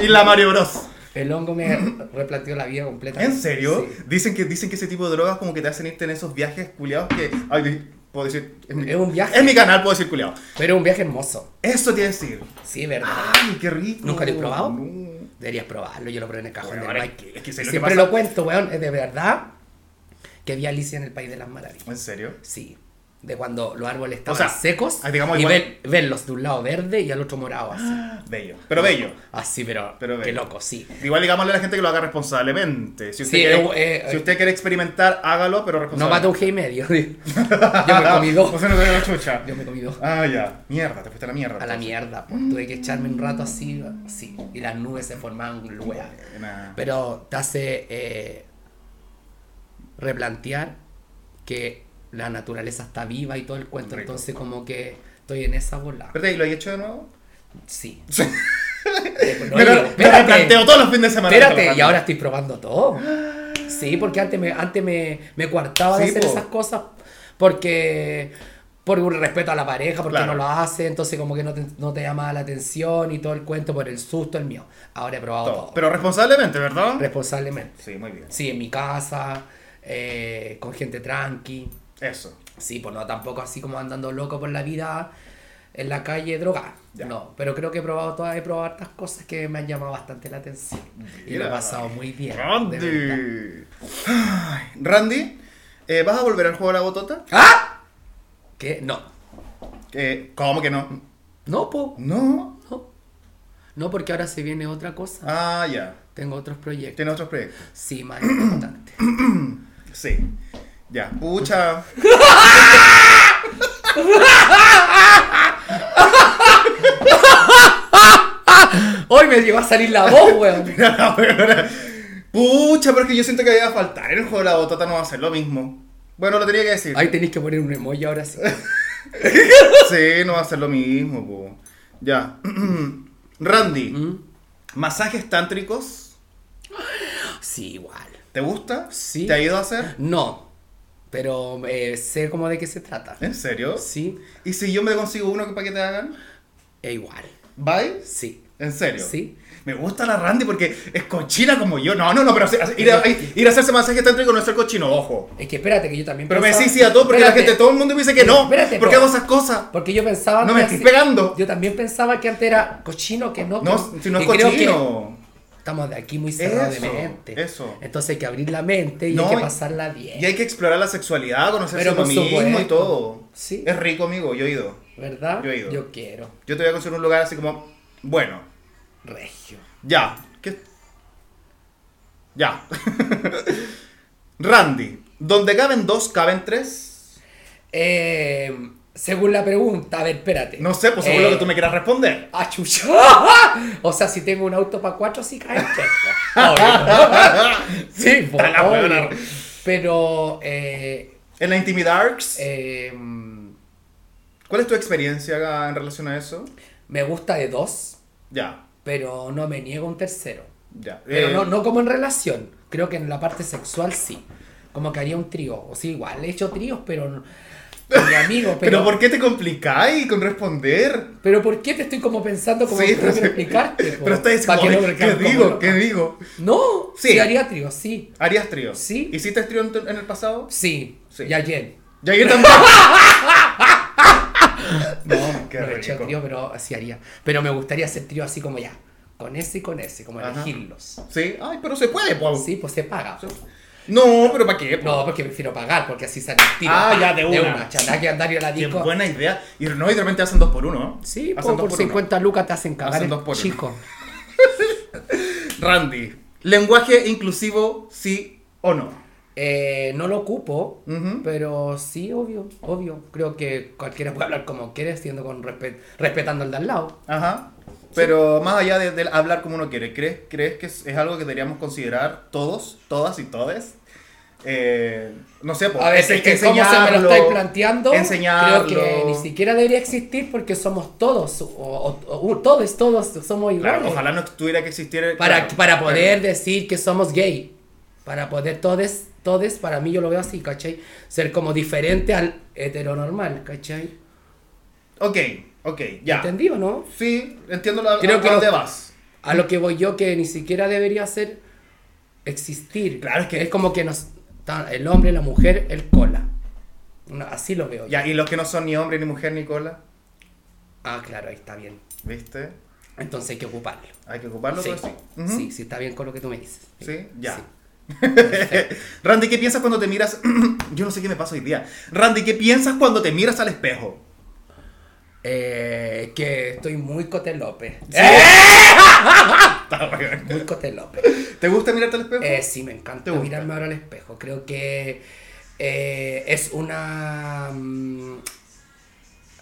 Speaker 1: Y la Mario Bros.
Speaker 3: El hongo
Speaker 1: <laughs>
Speaker 3: me replanteó la vida completamente.
Speaker 1: ¿En serio?
Speaker 3: Sí.
Speaker 1: Dicen, que, dicen que ese tipo de drogas como que te hacen irte en esos viajes culiados que... Ay, di- puedo decir... Es mi,
Speaker 3: Es un viaje.
Speaker 1: en mi canal puedo decir culiado.
Speaker 3: Pero un viaje hermoso.
Speaker 1: Eso te iba a decir.
Speaker 3: Sí, verdad.
Speaker 1: Ay, qué rico.
Speaker 3: ¿Nunca lo he probado?
Speaker 1: No.
Speaker 3: Deberías probarlo, yo lo probé en el cajón
Speaker 1: Bueno,
Speaker 3: del
Speaker 1: ahora
Speaker 3: Mike.
Speaker 1: es que- es que sé lo que
Speaker 3: Siempre
Speaker 1: pasa.
Speaker 3: lo cuento, weón. Es de verdad que vi a Alicia en el País de las Maravillas.
Speaker 1: ¿En serio?
Speaker 3: Sí. De cuando los árboles estaban
Speaker 1: sea,
Speaker 3: secos
Speaker 1: ah, digamos
Speaker 3: y
Speaker 1: igual-
Speaker 3: ver- verlos de un lado verde y al otro morado así.
Speaker 1: Bello. Pero bello.
Speaker 3: Así, pero,
Speaker 1: <gasps> Pero
Speaker 3: qué
Speaker 1: bello.
Speaker 3: loco, sí.
Speaker 1: Igual digámosle a la gente que lo haga responsablemente. Si usted,
Speaker 3: Sí,
Speaker 1: quiere,
Speaker 3: eh, eh,
Speaker 1: si usted quiere experimentar, hágalo, pero
Speaker 3: No mata un
Speaker 1: responsablemente.
Speaker 3: G y medio. <laughs> Yo me
Speaker 1: <laughs>
Speaker 3: comí
Speaker 1: O
Speaker 3: dos.
Speaker 1: sea, no te la chucha.
Speaker 3: Yo me comí dos.
Speaker 1: Ah, ya. Mierda, te fuiste a la mierda.
Speaker 3: A la mierda, pues. Tuve que echarme un rato así, así. Y las nubes se formaban, weón.
Speaker 1: Nah.
Speaker 3: Pero te hace eh, replantear que la naturaleza está viva y todo el cuento.
Speaker 1: Rico.
Speaker 3: Entonces, como que estoy en esa bola.
Speaker 1: Espérate, ¿y lo he hecho de nuevo? <laughs>
Speaker 3: Sí.
Speaker 1: Sí.
Speaker 3: Pero,
Speaker 1: me,
Speaker 3: oye,
Speaker 1: lo- me replanteo todos los fines de semana.
Speaker 3: Espérate,
Speaker 1: trabajando.
Speaker 3: y ahora estoy probando todo. Sí, porque antes me, antes me, me coartaba de
Speaker 1: Sí,
Speaker 3: hacer
Speaker 1: po.
Speaker 3: esas cosas porque por un respeto a la pareja, porque
Speaker 1: Claro.
Speaker 3: no lo hace, entonces como que no te, no te llamaba la atención y todo el cuento por el susto, el mío. Ahora he probado
Speaker 1: Todo.
Speaker 3: todo,
Speaker 1: Pero responsablemente, ¿verdad?
Speaker 3: responsablemente.
Speaker 1: sí, muy bien.
Speaker 3: Sí, en mi casa, eh, con gente tranqui.
Speaker 1: Eso.
Speaker 3: Sí, pues no tampoco así como andando loco por la vida en la calle drogada.
Speaker 1: Ya.
Speaker 3: No, pero creo que he probado todas, he probado hartas cosas que me han llamado bastante la atención. Y lo he
Speaker 1: Mira.
Speaker 3: pasado muy bien. de verdad.
Speaker 1: Randy. Ay, Randy, eh, ¿vas a volver al juego de la botota?
Speaker 3: ¡Ah! ¿Qué? No.
Speaker 1: Eh, ¿Cómo que no?
Speaker 3: No, po.
Speaker 1: No.
Speaker 3: No. No, porque ahora se viene otra cosa.
Speaker 1: Ah, ya.
Speaker 3: Tengo otros proyectos.
Speaker 1: Tiene otros proyectos.
Speaker 3: Sí, más importante.
Speaker 1: Sí. Ya. Pucha.
Speaker 3: <coughs>
Speaker 1: <laughs>
Speaker 3: ¡Hoy me llegó a salir la voz, weón!
Speaker 1: Mira la weona. Pucha, pero es que yo siento que iba a faltar. En el juego de la botata no va a ser lo mismo. Bueno, lo tenía que decir.
Speaker 3: Ahí tenéis que poner un emoji ahora <coughs> sí.
Speaker 1: Sí, no va a ser lo mismo, po. Ya. <clears throat> Randy,
Speaker 3: Mm.
Speaker 1: masajes tántricos,
Speaker 3: Sí, igual.
Speaker 1: ¿te gusta?
Speaker 3: Sí.
Speaker 1: ¿Te ha ido a
Speaker 3: <laughs>
Speaker 1: hacer?
Speaker 3: No, pero eh, sé como de qué se trata.
Speaker 1: ¿En serio?
Speaker 3: Sí,
Speaker 1: ¿Y si yo me consigo uno que para que te hagan?
Speaker 3: e igual.
Speaker 1: ¿Bye?
Speaker 3: Sí.
Speaker 1: ¿En serio?
Speaker 3: Sí.
Speaker 1: Me gusta la Randy porque es cochina como yo. No, no, no, pero hace- hace- ir a, ir a hacerse masaje tántrico no es ser cochino, ojo.
Speaker 3: Es que espérate, que yo también
Speaker 1: Pero me
Speaker 3: pensaba-
Speaker 1: decís sí a todo porque la
Speaker 3: Espérate,
Speaker 1: gente, todo el mundo me dice que no.
Speaker 3: Espérate,
Speaker 1: ¿Por qué
Speaker 3: po.
Speaker 1: hago esas cosas?
Speaker 3: Porque yo pensaba...
Speaker 1: No me
Speaker 3: antes-
Speaker 1: estoy pegando.
Speaker 3: Yo también pensaba que antes era cochino, que no.
Speaker 1: No,
Speaker 3: que-
Speaker 1: si no es
Speaker 3: y creo que
Speaker 1: cochino.
Speaker 3: Estamos de aquí muy cerrados
Speaker 1: Eso,
Speaker 3: de mente.
Speaker 1: eso.
Speaker 3: Entonces hay que abrir la mente y
Speaker 1: No,
Speaker 3: hay
Speaker 1: y-
Speaker 3: que pasarla bien.
Speaker 1: Y hay que explorar la sexualidad, conocerse
Speaker 3: Pero
Speaker 1: a uno
Speaker 3: por
Speaker 1: mismo y
Speaker 3: supuesto.
Speaker 1: todo.
Speaker 3: Sí.
Speaker 1: Es rico, amigo, yo he ido.
Speaker 3: ¿Verdad?
Speaker 1: Yo he ido.
Speaker 3: quiero.
Speaker 1: Yo te voy a conseguir un lugar así como, bueno,
Speaker 3: Regio.
Speaker 1: ya. ¿Qué? Ya. <laughs> Randy, donde caben dos, caben tres.
Speaker 3: Eh, según la pregunta, a ver, espérate.
Speaker 1: No sé, pues según
Speaker 3: Eh,
Speaker 1: lo que tú me quieras responder.
Speaker 3: <laughs> ¡Ah, chucha! <laughs> O sea, si tengo un auto para cuatro, sí cae tres,
Speaker 1: <laughs>
Speaker 3: po. Obvio. sí, po,
Speaker 1: Está la
Speaker 3: obvio.
Speaker 1: huevona.
Speaker 3: Pero, eh,
Speaker 1: En la intimidad, Arcs,
Speaker 3: eh,
Speaker 1: ¿cuál es tu experiencia acá en relación a eso?
Speaker 3: me gusta de dos,
Speaker 1: Ya,
Speaker 3: pero no me niego un tercero.
Speaker 1: ya.
Speaker 3: Pero
Speaker 1: Eh,
Speaker 3: no, no como en relación. Creo que en la parte sexual sí. Como que haría un trío. O sí, igual he hecho tríos, pero. no- con Mi amigo, pero.
Speaker 1: <laughs> Eh, ¿Pero por qué te complicáis con responder?
Speaker 3: pero por qué te estoy como pensando como
Speaker 1: Sí,
Speaker 3: que quiero
Speaker 1: sí. <laughs>
Speaker 3: explicarte? po?
Speaker 1: Pero estáis
Speaker 3: Pa'
Speaker 1: como,
Speaker 3: que no
Speaker 1: ¿qué,
Speaker 3: mercar como
Speaker 1: digo?
Speaker 3: loca.
Speaker 1: ¿Qué digo?
Speaker 3: No,
Speaker 1: Sí.
Speaker 3: sí. haría tríos, sí.
Speaker 1: ¿Harías trío?
Speaker 3: Sí.
Speaker 1: ¿Hiciste trío en, tu- en el pasado?
Speaker 3: Sí.
Speaker 1: Sí.
Speaker 3: Y ayer.
Speaker 1: Ya yo
Speaker 3: <laughs>
Speaker 1: también.
Speaker 3: No,
Speaker 1: Qué
Speaker 3: no he hecho
Speaker 1: rico.
Speaker 3: trío, pero sí haría. Pero me gustaría hacer trío así como ya. Con ese y con ese, como
Speaker 1: Ajá.
Speaker 3: elegirlos.
Speaker 1: Sí, ay, pero se puede, po.
Speaker 3: Sí, pues se paga. po.
Speaker 1: No, pero ¿para qué? po?
Speaker 3: No, porque prefiero pagar, porque así sale el tiro.
Speaker 1: Ah, ya, de una.
Speaker 3: Chalá que andar yo la
Speaker 1: Pues, Qué
Speaker 3: disco.
Speaker 1: buena idea. Y no, y de repente hacen dos por uno. ¿eh?
Speaker 3: Sí,
Speaker 1: hacen
Speaker 3: po,
Speaker 1: dos
Speaker 3: por 50 lucas te hacen cagar,
Speaker 1: Hacen dos por uno.
Speaker 3: chico.
Speaker 1: uno. Randy, lenguaje inclusivo, sí o no.
Speaker 3: Eh, no lo ocupo,
Speaker 1: Ujú.
Speaker 3: pero sí, obvio, obvio. Creo que cualquiera puede hablar como quiere, siendo con respe- respetando al de al lado.
Speaker 1: Ajá. Pero más allá de, del hablar como uno quiere, ¿crees, crees que es, es algo que deberíamos considerar todos, todas y todes? Eh, no sé, po,
Speaker 3: A veces
Speaker 1: hay
Speaker 3: que como se me lo
Speaker 1: enseñarlo,
Speaker 3: estáis planteando,
Speaker 1: enseñarlo.
Speaker 3: creo que ni siquiera debería existir porque somos todos, o, o- o- todos, todos somos iguales.
Speaker 1: Claro, ojalá no tuviera que existir. eh,
Speaker 3: para,
Speaker 1: claro,
Speaker 3: para
Speaker 1: claro.
Speaker 3: poder decir que somos gay. Para poder todos, todos, para mí yo lo veo así, ¿cachai? Ser como diferente al heteronormal, ¿cachai?
Speaker 1: Ok, ok, ya.
Speaker 3: ¿Entendí o no?
Speaker 1: Sí, entiendo la,
Speaker 3: Creo
Speaker 1: a
Speaker 3: que
Speaker 1: dónde
Speaker 3: los-
Speaker 1: vas.
Speaker 3: A lo que voy yo, que ni siquiera debería ser existir.
Speaker 1: Claro, es que-
Speaker 3: como que nos. ta- El hombre, la mujer, el cola. Una- así lo veo yo.
Speaker 1: Ya, y los que no son ni hombre ni mujer ni cola,
Speaker 3: Ah, claro, ahí está bien.
Speaker 1: ¿viste?
Speaker 3: Entonces hay que ocuparlo.
Speaker 1: Hay que ocuparlo,
Speaker 3: sí.
Speaker 1: pero sí. Ujú.
Speaker 3: este. sí, sí, está bien con lo que tú me dices.
Speaker 1: Sí, ya.
Speaker 3: Sí.
Speaker 1: <laughs> Randy, ¿qué piensas cuando te miras? <clears throat> Yo no sé qué me pasa hoy día. Randy, ¿qué piensas cuando te miras al espejo?
Speaker 3: Eh, que estoy muy Cote López. Eh, Muy Cote
Speaker 1: <laughs>
Speaker 3: López.
Speaker 1: ¿Te gusta mirarte al espejo?
Speaker 3: Eh, sí, me encanta
Speaker 1: ¿Te gusta?
Speaker 3: mirarme ahora al espejo. Creo que eh, es una... mm,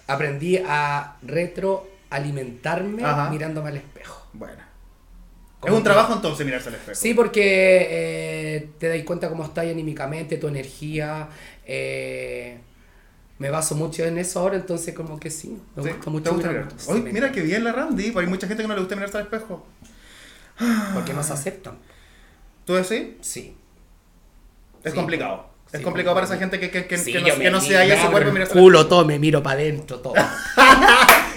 Speaker 3: aprendí a retroalimentarme
Speaker 1: Ajá.
Speaker 3: mirándome al espejo.
Speaker 1: Bueno. Es
Speaker 3: Como
Speaker 1: un
Speaker 3: que-
Speaker 1: trabajo entonces mirarse al espejo.
Speaker 3: Sí, porque eh, te das cuenta cómo estás anímicamente, tu energía. eh, me baso mucho en eso ahora, entonces como que sí, me
Speaker 1: Sí,
Speaker 3: gusta
Speaker 1: ¿Te
Speaker 3: mucho.
Speaker 1: gusta
Speaker 3: mirarme.
Speaker 1: mirarte?
Speaker 3: Sí,
Speaker 1: Oye,
Speaker 3: me
Speaker 1: mira
Speaker 3: encanta,
Speaker 1: qué bien la Randy, pero hay mucha gente que no le gusta mirarse al espejo.
Speaker 3: Porque
Speaker 1: Ah.
Speaker 3: no se aceptan.
Speaker 1: ¿Tú decís?
Speaker 3: Sí.
Speaker 1: Es
Speaker 3: Sí.
Speaker 1: complicado. Es
Speaker 3: Sí,
Speaker 1: complicado para esa
Speaker 3: porque-
Speaker 1: gente que, que, que-
Speaker 3: Sí,
Speaker 1: que
Speaker 3: yo
Speaker 1: no,
Speaker 3: me-
Speaker 1: que no
Speaker 3: me
Speaker 1: se halla su
Speaker 3: abro
Speaker 1: cuerpo
Speaker 3: el
Speaker 1: mirarse al
Speaker 3: culo, todo, me miro para adentro,
Speaker 1: <laughs>
Speaker 3: todo.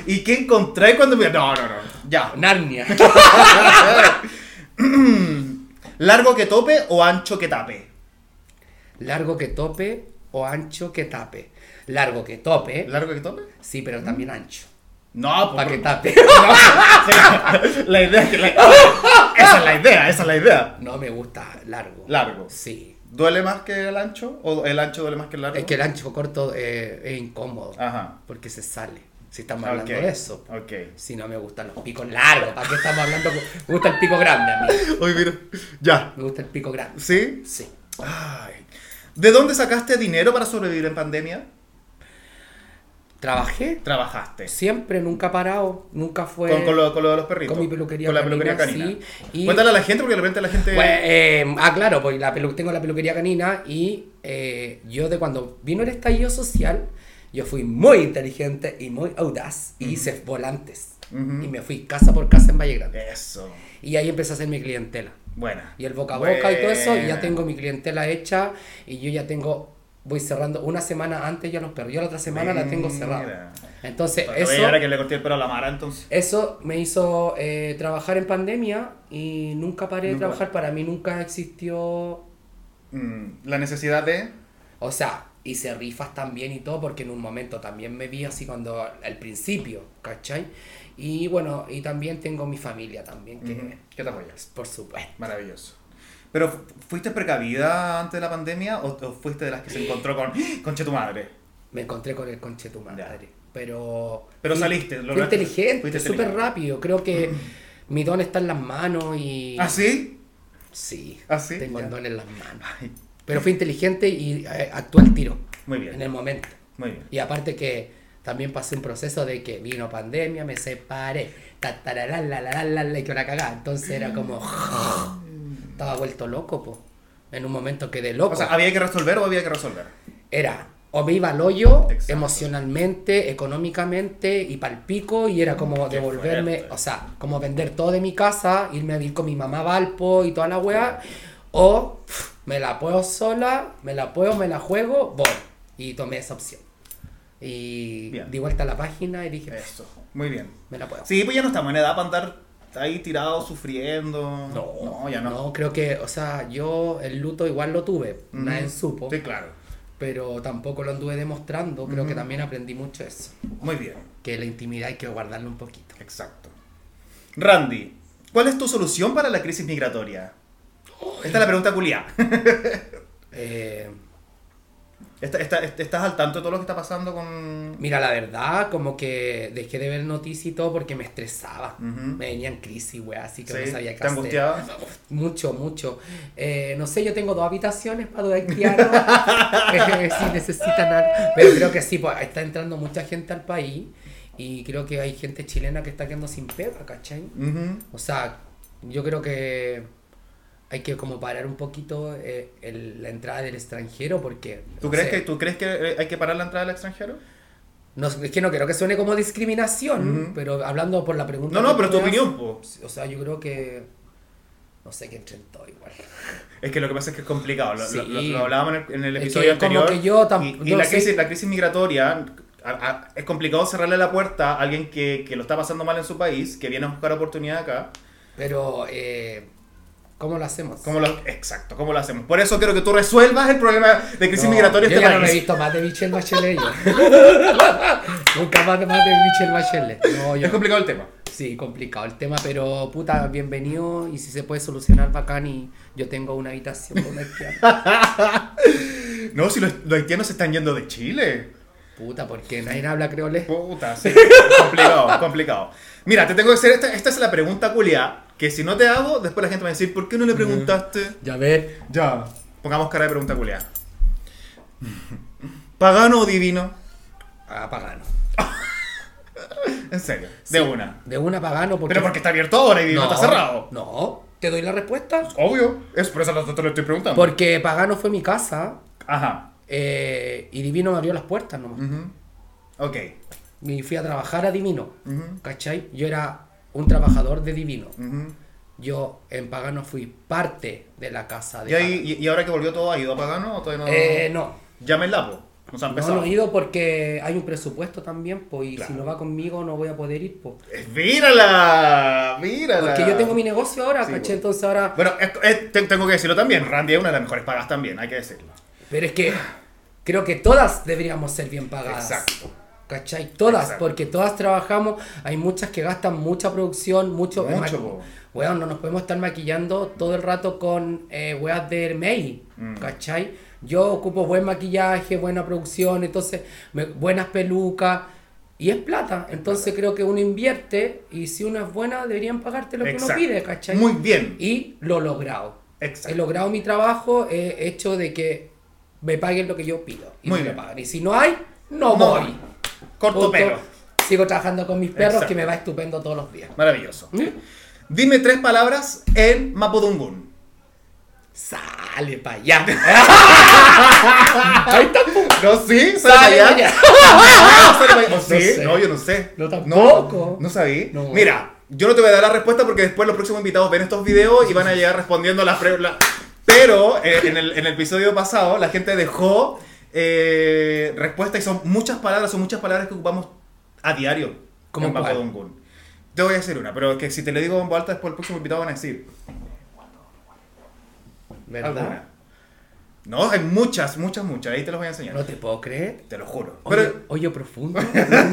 Speaker 1: ¿Y qué encontré cuando me.? No, no, no. Ya.
Speaker 3: Narnia.
Speaker 1: <laughs> ¿Largo que tope o ancho que tape?
Speaker 3: Largo que tope o ancho que tape. Largo que tope,
Speaker 1: ¿Largo que tope?
Speaker 3: sí, pero también
Speaker 1: Mm.
Speaker 3: ancho.
Speaker 1: <laughs> No,
Speaker 3: Para que
Speaker 1: porque.
Speaker 3: tape.
Speaker 1: La idea es que. la- Esa es la idea, esa es la idea.
Speaker 3: No me gusta largo.
Speaker 1: Largo.
Speaker 3: Sí.
Speaker 1: ¿Duele más que el ancho? ¿O el ancho duele más que el largo?
Speaker 3: Es que el ancho corto eh, es incómodo.
Speaker 1: Ajá.
Speaker 3: Porque se sale. Si estamos
Speaker 1: Ah. Ok.
Speaker 3: hablando de eso.
Speaker 1: Ok.
Speaker 3: Si no me gustan los picos largos. ¿Para qué estamos hablando? Me gusta el pico grande a mí.
Speaker 1: Oye, mira. Ya.
Speaker 3: Me gusta el pico grande.
Speaker 1: ¿Sí?
Speaker 3: Sí.
Speaker 1: Ay. ¿De dónde sacaste dinero para sobrevivir en pandemia?
Speaker 3: Trabajé
Speaker 1: Trabajaste.
Speaker 3: siempre, nunca parado, nunca fue...
Speaker 1: Con, con lo, con lo de los perritos.
Speaker 3: con mi peluquería
Speaker 1: Con la
Speaker 3: canina,
Speaker 1: peluquería canina.
Speaker 3: sí, y-
Speaker 1: Cuéntale a la gente porque de repente la gente.
Speaker 3: Pues, eh, ah, claro, pues la pelu- tengo la peluquería canina y eh, yo de cuando vino el estallido social, yo fui muy inteligente y muy audaz y hice volantes.
Speaker 1: Ujú.
Speaker 3: Y me fui casa por casa en Valle Grande.
Speaker 1: Eso.
Speaker 3: Y ahí empecé a hacer mi clientela.
Speaker 1: Buena.
Speaker 3: Y el boca a boca y todo eso, y
Speaker 1: Buena.
Speaker 3: ya tengo mi clientela hecha y yo ya tengo, voy cerrando una semana antes ya los perros, yo la otra semana la tengo
Speaker 1: Mira.
Speaker 3: cerrada. Entonces,
Speaker 1: Oye,
Speaker 3: eso...
Speaker 1: ahora que le corté el pelo a la Mara, entonces.
Speaker 3: Eso me hizo eh, trabajar en pandemia y nunca paré de
Speaker 1: Nunca.
Speaker 3: trabajar. Para mí nunca existió
Speaker 1: Mm, la necesidad de.
Speaker 3: O sea, hice rifas también y todo, porque en un momento también me vi así cuando al principio, ¿cachai? Y bueno, y también tengo mi familia también, que,
Speaker 1: Ujú, que te apoya.
Speaker 3: por supuesto.
Speaker 1: Maravilloso. Pero, fu- ¿fuiste precavida antes de la pandemia o, o fuiste de las que se encontró con. Conche tu madre?
Speaker 3: Me encontré con el conche tu madre.
Speaker 1: Ya.
Speaker 3: Pero.
Speaker 1: Pero
Speaker 3: fui-
Speaker 1: saliste,
Speaker 3: fui
Speaker 1: lograste- fuiste
Speaker 3: inteligente, súper
Speaker 1: inteligente.
Speaker 3: rápido. Creo que mi don está en las manos y.
Speaker 1: ¿Ah, sí?
Speaker 3: Sí.
Speaker 1: ¿Ah, sí?
Speaker 3: Tengo el
Speaker 1: Ya.
Speaker 3: don en las manos.
Speaker 1: Ay,
Speaker 3: Pero fui inteligente y eh, actué al tiro.
Speaker 1: Muy
Speaker 3: En
Speaker 1: bien.
Speaker 3: el momento.
Speaker 1: Muy bien.
Speaker 3: Y aparte que también pasé un proceso de que vino pandemia, me separé, ta, ta, la, la, la, la, la, la, y que una cagada. Entonces
Speaker 1: <laughs>
Speaker 3: era como. Estaba vuelto loco, po. En un momento quedé loco.
Speaker 1: O sea, ¿había que resolver o había que resolver?
Speaker 3: era o me iba al hoyo
Speaker 1: Exacto.
Speaker 3: emocionalmente, económicamente y palpico, y era como
Speaker 1: Qué
Speaker 3: devolverme,
Speaker 1: fuerte.
Speaker 3: o sea, como vender todo de mi casa, irme a vivir con mi mamá a Valpo y toda la weá, o pff, me la puedo sola, me la puedo, me la juego, voy. Y tomé esa opción. Y
Speaker 1: Bien.
Speaker 3: di vuelta a la página y dije,
Speaker 1: Eso. Muy bien.
Speaker 3: me la puedo.
Speaker 1: Sí, pues ya no estamos en edad para andar ahí tirados, sufriendo.
Speaker 3: No,
Speaker 1: No, ya no.
Speaker 3: creo que, o sea, yo el luto igual lo tuve,
Speaker 1: Ujú.
Speaker 3: nadie supo,
Speaker 1: Sí, claro.
Speaker 3: pero tampoco lo anduve demostrando, creo que
Speaker 1: Ujú.
Speaker 3: también aprendí mucho eso.
Speaker 1: Muy bien.
Speaker 3: que la intimidad hay que guardarla un poquito.
Speaker 1: Exacto. Randy, ¿cuál es tu solución para la crisis migratoria? Esta es la pregunta culia.
Speaker 3: Eh,
Speaker 1: <laughs> Esta- esta- est- ¿Estás al tanto de todo lo que está pasando con...?
Speaker 3: mira, la verdad, como que dejé de ver noticias y todo porque me estresaba.
Speaker 1: Ujú.
Speaker 3: Me venían crisis, weá, así que
Speaker 1: Sí,
Speaker 3: no sabía qué
Speaker 1: ¿Te
Speaker 3: hacer.
Speaker 1: angustiaba?
Speaker 3: Mucho, mucho. Eh, no sé, yo tengo dos habitaciones para
Speaker 1: <laughs>
Speaker 3: dos haitianos. Eh, si necesitan algo. Pero creo que sí, pues está entrando mucha gente al país y creo que hay gente chilena que está quedando sin pega, ¿cachai?
Speaker 1: Ujú.
Speaker 3: O sea, yo creo que hay que como parar un poquito eh, el- la entrada del extranjero porque...
Speaker 1: ¿Tú,
Speaker 3: no
Speaker 1: crees
Speaker 3: sé,
Speaker 1: que, ¿Tú crees que eh, hay que parar la entrada del extranjero?
Speaker 3: No, es que no quiero que suene como discriminación,
Speaker 1: Ujú.
Speaker 3: pero hablando por la pregunta...
Speaker 1: No, no,
Speaker 3: que
Speaker 1: pero
Speaker 3: tú
Speaker 1: tu
Speaker 3: me
Speaker 1: opinión, po.
Speaker 3: haces, O sea, yo creo que... No sé, que entren todo igual.
Speaker 1: Es que lo que pasa es que es complicado. Lo,
Speaker 3: Sí.
Speaker 1: lo- lo- lo hablábamos en el, en el
Speaker 3: Es que
Speaker 1: episodio
Speaker 3: como
Speaker 1: anterior.
Speaker 3: que yo tam-
Speaker 1: y y
Speaker 3: no
Speaker 1: la,
Speaker 3: sé.
Speaker 1: crisis, la crisis migratoria, a- a- es complicado cerrarle la puerta a alguien que, que lo está pasando mal en su país, que viene a buscar oportunidad acá.
Speaker 3: Pero, eh, ¿cómo lo hacemos?
Speaker 1: ¿Cómo lo, exacto, ¿cómo lo hacemos? Por eso quiero que tú resuelvas el problema de crisis
Speaker 3: No,
Speaker 1: migratoria en
Speaker 3: yo
Speaker 1: este
Speaker 3: ya no me he
Speaker 1: país.
Speaker 3: visto más de Michelle Bachelet. yo. <laughs> Nunca más, más de Michelle Bachelet. No, yo
Speaker 1: es
Speaker 3: no.
Speaker 1: complicado el tema.
Speaker 3: Sí, complicado el tema, pero puta, bienvenido y si se puede solucionar bacán y yo tengo una habitación
Speaker 1: <laughs>
Speaker 3: con haitiano.
Speaker 1: No, si los, los haitianos se están yendo de Chile.
Speaker 3: Puta, porque nadie habla creole.
Speaker 1: Puta, sí. es <laughs> complicado, es complicado. Mira, te tengo que hacer esta, esta es la pregunta culia, que si no te hago, después la gente va a decir, ¿por qué no le preguntaste?
Speaker 3: Ya ver,
Speaker 1: Ya. Pongamos cara de pregunta culia. ¿Pagano o divino?
Speaker 3: a Ah, pagano.
Speaker 1: En serio, de una.
Speaker 3: De una pagano porque.
Speaker 1: Pero porque está abierto ahora y divino está cerrado.
Speaker 3: No, te doy la respuesta.
Speaker 1: Obvio, es por eso te lo estoy preguntando.
Speaker 3: Porque pagano fue mi casa
Speaker 1: Ajá.
Speaker 3: eh, y Divino me abrió las puertas nomás.
Speaker 1: Ujú. Ok.
Speaker 3: Me fui a trabajar a Divino.
Speaker 1: Ujú.
Speaker 3: ¿Cachai? Yo era un trabajador de Divino.
Speaker 1: Ujú.
Speaker 3: Yo en pagano fui parte de la casa de.
Speaker 1: ¿Y, ahí- y- y ahora que volvió todo, ha ido a Pagano o todavía no?
Speaker 3: Pagano. Eh, no.
Speaker 1: Llama el lapo. Nos ha empezado.
Speaker 3: No, no he ido porque hay un presupuesto también, pues, y
Speaker 1: Claro.
Speaker 3: si no va conmigo no voy a poder ir, pues.
Speaker 1: Eh, Mírala, mírala.
Speaker 3: Porque yo tengo mi negocio ahora,
Speaker 1: Sí,
Speaker 3: ¿cachai?
Speaker 1: bueno.
Speaker 3: Entonces ahora...
Speaker 1: Bueno, es- es- te- tengo que decirlo también. Randy es una de las mejores pagas también, hay que decirlo.
Speaker 3: Pero es que creo que todas deberíamos ser bien pagadas.
Speaker 1: Exacto.
Speaker 3: ¿Cachai? Todas,
Speaker 1: Exacto.
Speaker 3: porque todas trabajamos, hay muchas que gastan mucha producción, mucho...
Speaker 1: Mucho,
Speaker 3: maqui-
Speaker 1: po.
Speaker 3: Weón, no nos podemos estar maquillando todo el rato con eh, weas de Hermey,
Speaker 1: Mm.
Speaker 3: ¿cachai? Yo ocupo buen maquillaje, buena producción, entonces, me- buenas pelucas, y es plata. Entonces creo que uno invierte, y si uno es buena, deberían pagarte lo que
Speaker 1: Exacto.
Speaker 3: uno pide, ¿cachai?
Speaker 1: Muy bien.
Speaker 3: Y lo he logrado.
Speaker 1: Exacto.
Speaker 3: He logrado mi trabajo, he hecho de que me paguen lo que yo pido. Y
Speaker 1: Muy
Speaker 3: me lo
Speaker 1: bien.
Speaker 3: pagan. Y si no hay,
Speaker 1: No.
Speaker 3: no, voy.
Speaker 1: Corto
Speaker 3: Punto.
Speaker 1: pero.
Speaker 3: Sigo trabajando con mis perros
Speaker 1: Exacto.
Speaker 3: que me va estupendo todos los días.
Speaker 1: Maravilloso.
Speaker 3: ¿Mm?
Speaker 1: Dime tres palabras en Mapudungun.
Speaker 3: Sale
Speaker 1: <laughs>
Speaker 3: para allá. Ahí está. po.
Speaker 1: No, sí, sale
Speaker 3: Sale pa'
Speaker 1: para
Speaker 3: allá.
Speaker 1: allá.
Speaker 3: <laughs>
Speaker 1: Ah, sale pa' allá. ¿O sí?
Speaker 3: sé.
Speaker 1: No, yo no sé.
Speaker 3: No, tampoco.
Speaker 1: No, no sabí.
Speaker 3: No.
Speaker 1: Mira, yo no te voy a dar la respuesta porque después los próximos invitados ven estos videos y van a llegar respondiendo las preguntas. Pero eh, en, el, en el episodio pasado la gente dejó eh, respuesta y son muchas palabras, son muchas palabras que ocupamos a diario.
Speaker 3: ¿Cómo
Speaker 1: en
Speaker 3: cuál?
Speaker 1: Mapudungun. Te voy a decir una, pero es que si te le digo en voz alta, después el próximo invitado van a decir.
Speaker 3: ¿Verdad? ¿eh?
Speaker 1: alguna. No, hay muchas, muchas, muchas. Ahí te los voy a enseñar.
Speaker 3: No te puedo creer.
Speaker 1: Te lo juro.
Speaker 3: Hoyo, hoyo profundo,
Speaker 1: Pero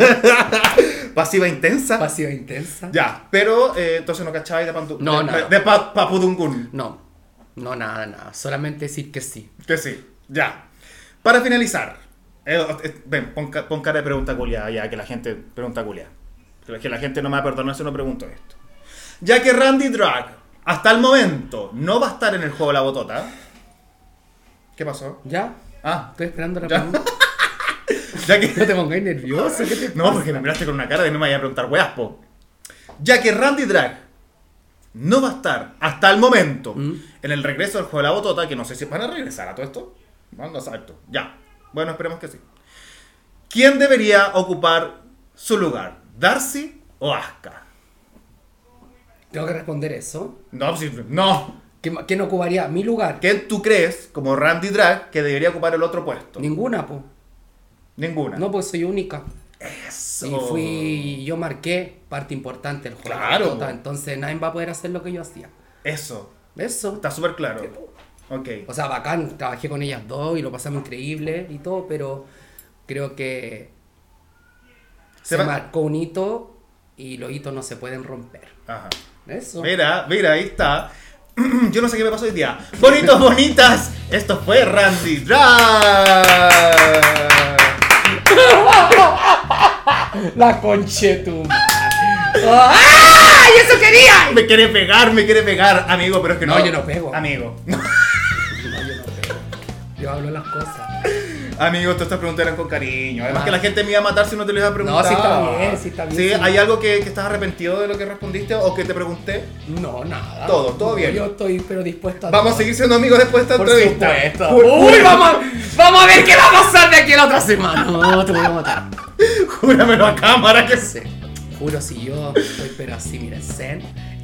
Speaker 1: pasiva intensa.
Speaker 3: pasiva intensa.
Speaker 1: ya, pero eh, entonces no cachabais de Pantu.
Speaker 3: No,
Speaker 1: de,
Speaker 3: nada.
Speaker 1: de pa- Papudungun.
Speaker 3: No, no, nada, nada. Solamente decir que sí.
Speaker 1: Que sí. Ya. Para finalizar. eh, eh, ven, pon, ca- pon cara de pregunta culia, ya que la gente pregunta culia. Que la gente no me va a perdonar si no pregunto esto. Ya que Randy Drag, hasta el momento, no va a estar en el juego de la botota. ¿Qué pasó?
Speaker 3: ¿Ya?
Speaker 1: Ah,
Speaker 3: Estoy esperando la
Speaker 1: Ya.
Speaker 3: pregunta. <laughs>
Speaker 1: ya que.
Speaker 3: No te pongáis nervioso. ¿qué te
Speaker 1: No, porque me miraste con una cara de no me vaya a preguntar weas, po. Ya que Randy Drag no va a estar hasta el momento
Speaker 3: Mm.
Speaker 1: en el regreso del juego de la botota, que no sé si van a regresar a todo esto. Van a salto. Ya. Bueno, esperemos que sí. ¿Quién debería ocupar su lugar? ¿Darcy o Asuka?
Speaker 3: Tengo que responder eso.
Speaker 1: No, si- no.
Speaker 3: ¿Qué ma- ¿Quién ocuparía mi lugar?
Speaker 1: ¿Quién tú crees, como Randy Drag, que debería ocupar el otro puesto?
Speaker 3: Ninguna, po.
Speaker 1: Ninguna.
Speaker 3: No, pues soy única.
Speaker 1: Eso.
Speaker 3: Y fui, yo marqué parte importante del juego.
Speaker 1: Claro,
Speaker 3: Tota,
Speaker 1: po.
Speaker 3: Entonces nadie va a poder hacer lo que yo hacía.
Speaker 1: Eso.
Speaker 3: Eso.
Speaker 1: Está súper claro. Ok.
Speaker 3: O sea, bacán, trabajé con ellas dos y lo pasamos increíble y todo, pero creo que
Speaker 1: Se
Speaker 3: se,
Speaker 1: va-
Speaker 3: marcó un hito y los hitos no se pueden romper.
Speaker 1: Ajá.
Speaker 3: Eso.
Speaker 1: Mira, mira, ahí está. <clears throat> Yo no sé qué me pasó hoy día. Bonitos, bonitas. Esto fue Randy Drag.
Speaker 3: La conchetum. ¡Ay, ¡Ah! eso quería!
Speaker 1: Me quiere pegar, me quiere pegar, amigo, pero es que no.
Speaker 3: No, yo no pego.
Speaker 1: Amigo. <laughs>
Speaker 3: Yo hablo las cosas.
Speaker 1: Amigo, todas estas preguntas eran con cariño. Además
Speaker 3: Ah.
Speaker 1: que la gente me iba a matar si no te lo iba a preguntar.
Speaker 3: sí está bien, sí está bien,
Speaker 1: Sí,
Speaker 3: sí.
Speaker 1: ¿Hay algo que, que estás arrepentido de lo que respondiste o que te pregunté?
Speaker 3: No, nada.
Speaker 1: Todo, todo bien.
Speaker 3: Yo estoy, pero dispuesta a.
Speaker 1: Vamos a
Speaker 3: todo.
Speaker 1: seguir siendo amigos después de esta
Speaker 3: Ah. Por
Speaker 1: entrevista.
Speaker 3: supuesto.
Speaker 1: Ju-
Speaker 3: Uy,
Speaker 1: ju-
Speaker 3: vamos a, vamos a ver qué va a pasar de aquí a la otra semana. No, te voy a matar.
Speaker 1: <laughs> Júramelo a cámara que sí.
Speaker 3: Sí. Juro, si yo estoy, pero así, mira, zen,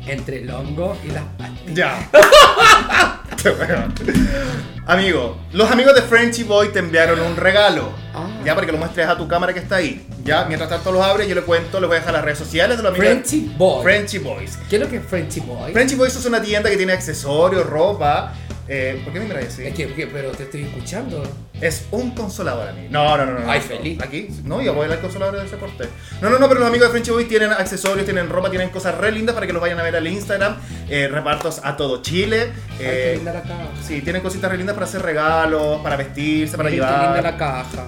Speaker 3: entre el hongo y las pastillas. <laughs>
Speaker 1: Ya. Qué bueno. Amigo, los amigos de Frenchy Boy te enviaron un regalo.
Speaker 3: Ah.
Speaker 1: Ya, para que lo muestres a tu cámara que está ahí. Ya, mientras tanto los abres, yo le cuento, les voy a dejar las redes sociales de los amigos.
Speaker 3: Frenchy Boy.
Speaker 1: Frenchy Boys.
Speaker 3: ¿Qué es lo que es Frenchy Boy?
Speaker 1: Frenchy Boys es una tienda que tiene accesorios, ropa. eh, ¿Por qué me miras así?
Speaker 3: Es que, que- pero te estoy escuchando.
Speaker 1: Es un consolador, amigo. No, no, no, no.
Speaker 3: Ay,
Speaker 1: no.
Speaker 3: feliz.
Speaker 1: Aquí, no, yo voy a hablar consolador de ese corte. No, no, no, pero los amigos de Frenchy Boy tienen accesorios, tienen ropa, tienen cosas re lindas para que los vayan a ver al Instagram. eh, repartos a todo Chile.
Speaker 3: Ay,
Speaker 1: eh,
Speaker 3: qué linda la caja.
Speaker 1: Sí, tienen cositas re lindas para hacer regalos, para vestirse, para
Speaker 3: Qué linda la
Speaker 1: llevar.
Speaker 3: caja.
Speaker 1: Ahí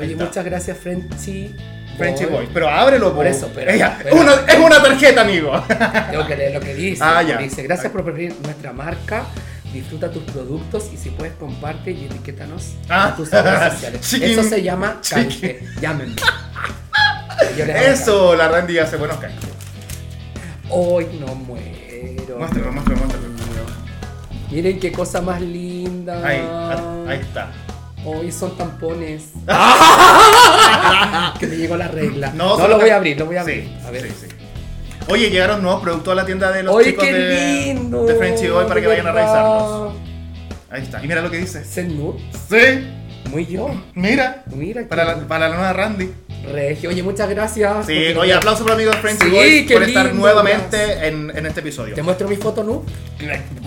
Speaker 3: Oye,
Speaker 1: está.
Speaker 3: muchas gracias, Frenchy Boy.
Speaker 1: Frenchy Boy. Pero ábrelo,
Speaker 3: Por eso, pero-
Speaker 1: Ella,
Speaker 3: pero-
Speaker 1: uno- es una tarjeta, amigo.
Speaker 3: Tengo que leer lo que dice.
Speaker 1: Ah, ya.
Speaker 3: Dice, gracias por preferir nuestra marca. Disfruta tus productos y si puedes comparte y etiquétanos
Speaker 1: Ah.
Speaker 3: en
Speaker 1: <laughs>
Speaker 3: tus redes sociales.
Speaker 1: Chiquin.
Speaker 3: Eso se llama canje.
Speaker 1: <laughs>
Speaker 3: Llámenme. Yo les hago
Speaker 1: Eso, la Randy hace buenos canjes.
Speaker 3: canje. Hoy no muero.
Speaker 1: Muéstralo, muéstralo, muéstralo.
Speaker 3: Miren qué cosa más linda.
Speaker 1: Ahí, ah, ahí está.
Speaker 3: Hoy
Speaker 1: <laughs>
Speaker 3: son tampones. que me llegó la regla.
Speaker 1: Ah. No,
Speaker 3: No,
Speaker 1: solo
Speaker 3: lo
Speaker 1: que-
Speaker 3: voy a abrir, lo voy a abrir.
Speaker 1: Sí,
Speaker 3: a ver.
Speaker 1: sí, sí. Oye, llegaron nuevos productos a la tienda de los
Speaker 3: ¡Ay,
Speaker 1: chicos
Speaker 3: qué
Speaker 1: de,
Speaker 3: lindo!
Speaker 1: de Frenchy Boy para
Speaker 3: de
Speaker 1: que vayan a
Speaker 3: verdad.
Speaker 1: revisarlos. Ahí está. Y mira lo que dice.
Speaker 3: Ese nude,
Speaker 1: Sí, Oh,
Speaker 3: Muy yo.
Speaker 1: mira.
Speaker 3: Mira,
Speaker 1: Para
Speaker 3: qué
Speaker 1: la, para la nueva Randy.
Speaker 3: regio. Oye, muchas gracias.
Speaker 1: Sí,
Speaker 3: Porque-
Speaker 1: oye, aplauso para amigos de Frenchy
Speaker 3: Sí,
Speaker 1: Boy
Speaker 3: qué
Speaker 1: por estar
Speaker 3: lindo,
Speaker 1: nuevamente en, en este episodio.
Speaker 3: ¿Te muestro mi foto nu?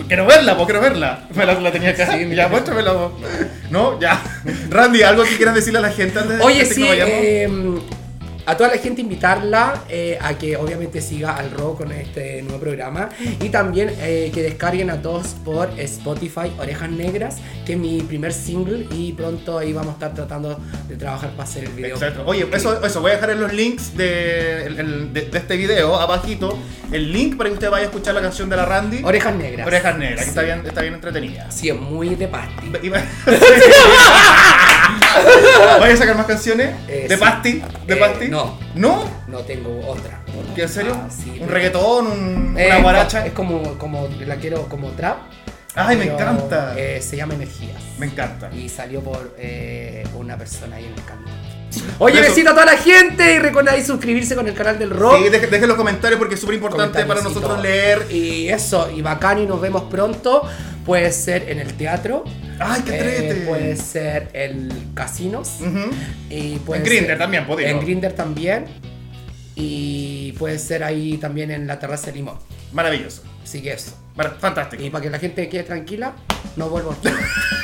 Speaker 1: Quiero verla, vos quiero verla. Me la, la tenía acá.
Speaker 3: Sí, mira.
Speaker 1: ya, muéstramela vos. No, ya. Randy, ¿algo que quieras decirle a la gente antes de
Speaker 3: Oye,
Speaker 1: antes que
Speaker 3: sí,
Speaker 1: nos vayamos?
Speaker 3: eh, a toda la gente invitarla eh, a que obviamente siga al rock con este nuevo programa y también eh, que descarguen a todos por Spotify Orejas Negras, que es mi primer single y pronto ahí vamos a estar tratando de trabajar para hacer el video.
Speaker 1: Exacto. Oye, eso, eso, voy a dejar en los links de, el- el- de- de este video, abajito, el link para que usted vaya a escuchar la canción de la Randy.
Speaker 3: Orejas Negras.
Speaker 1: Orejas negras, que está
Speaker 3: <laughs>
Speaker 1: bien, está bien entretenida.
Speaker 3: Sí, es muy de pasti.
Speaker 1: Y- ¿Vas a sacar más canciones?
Speaker 3: Eh,
Speaker 1: ¿De
Speaker 3: sí.
Speaker 1: Pasti? ¿De
Speaker 3: Eh,
Speaker 1: Pasti?
Speaker 3: no.
Speaker 1: ¿No?
Speaker 3: No tengo otra.
Speaker 1: ¿Qué, ¿En serio?
Speaker 3: Ah, sí,
Speaker 1: ¿Un
Speaker 3: pero-
Speaker 1: reggaetón? Un,
Speaker 3: Eh,
Speaker 1: ¿Una guaracha?
Speaker 3: Es como, como la quiero como trap.
Speaker 1: ¡Ay, me
Speaker 3: pero,
Speaker 1: encanta!
Speaker 3: eh, se llama Energías.
Speaker 1: Me encanta.
Speaker 3: Y salió por eh, una persona ahí en el canal. Oye,
Speaker 1: Eso.
Speaker 3: besito a toda la gente y recuerda ahí suscribirse con el canal del rock.
Speaker 1: Sí, deje- dejen los comentarios porque es súper importante para
Speaker 3: Comentarios y
Speaker 1: nosotros
Speaker 3: todo.
Speaker 1: leer.
Speaker 3: Y eso, y bacán y nos vemos pronto. Puede ser en el teatro.
Speaker 1: ¡Ay, qué
Speaker 3: eh,
Speaker 1: trete!
Speaker 3: puede ser en casinos.
Speaker 1: Ujú.
Speaker 3: Y puede
Speaker 1: En Grindr
Speaker 3: ser-
Speaker 1: también, podía,
Speaker 3: En
Speaker 1: ¿no?
Speaker 3: Grinder también. Y puede ser ahí también en la terraza de Limón.
Speaker 1: Maravilloso.
Speaker 3: Así que eso.
Speaker 1: Mar- Fantástico.
Speaker 3: Y para que la gente quede tranquila, no vuelvo a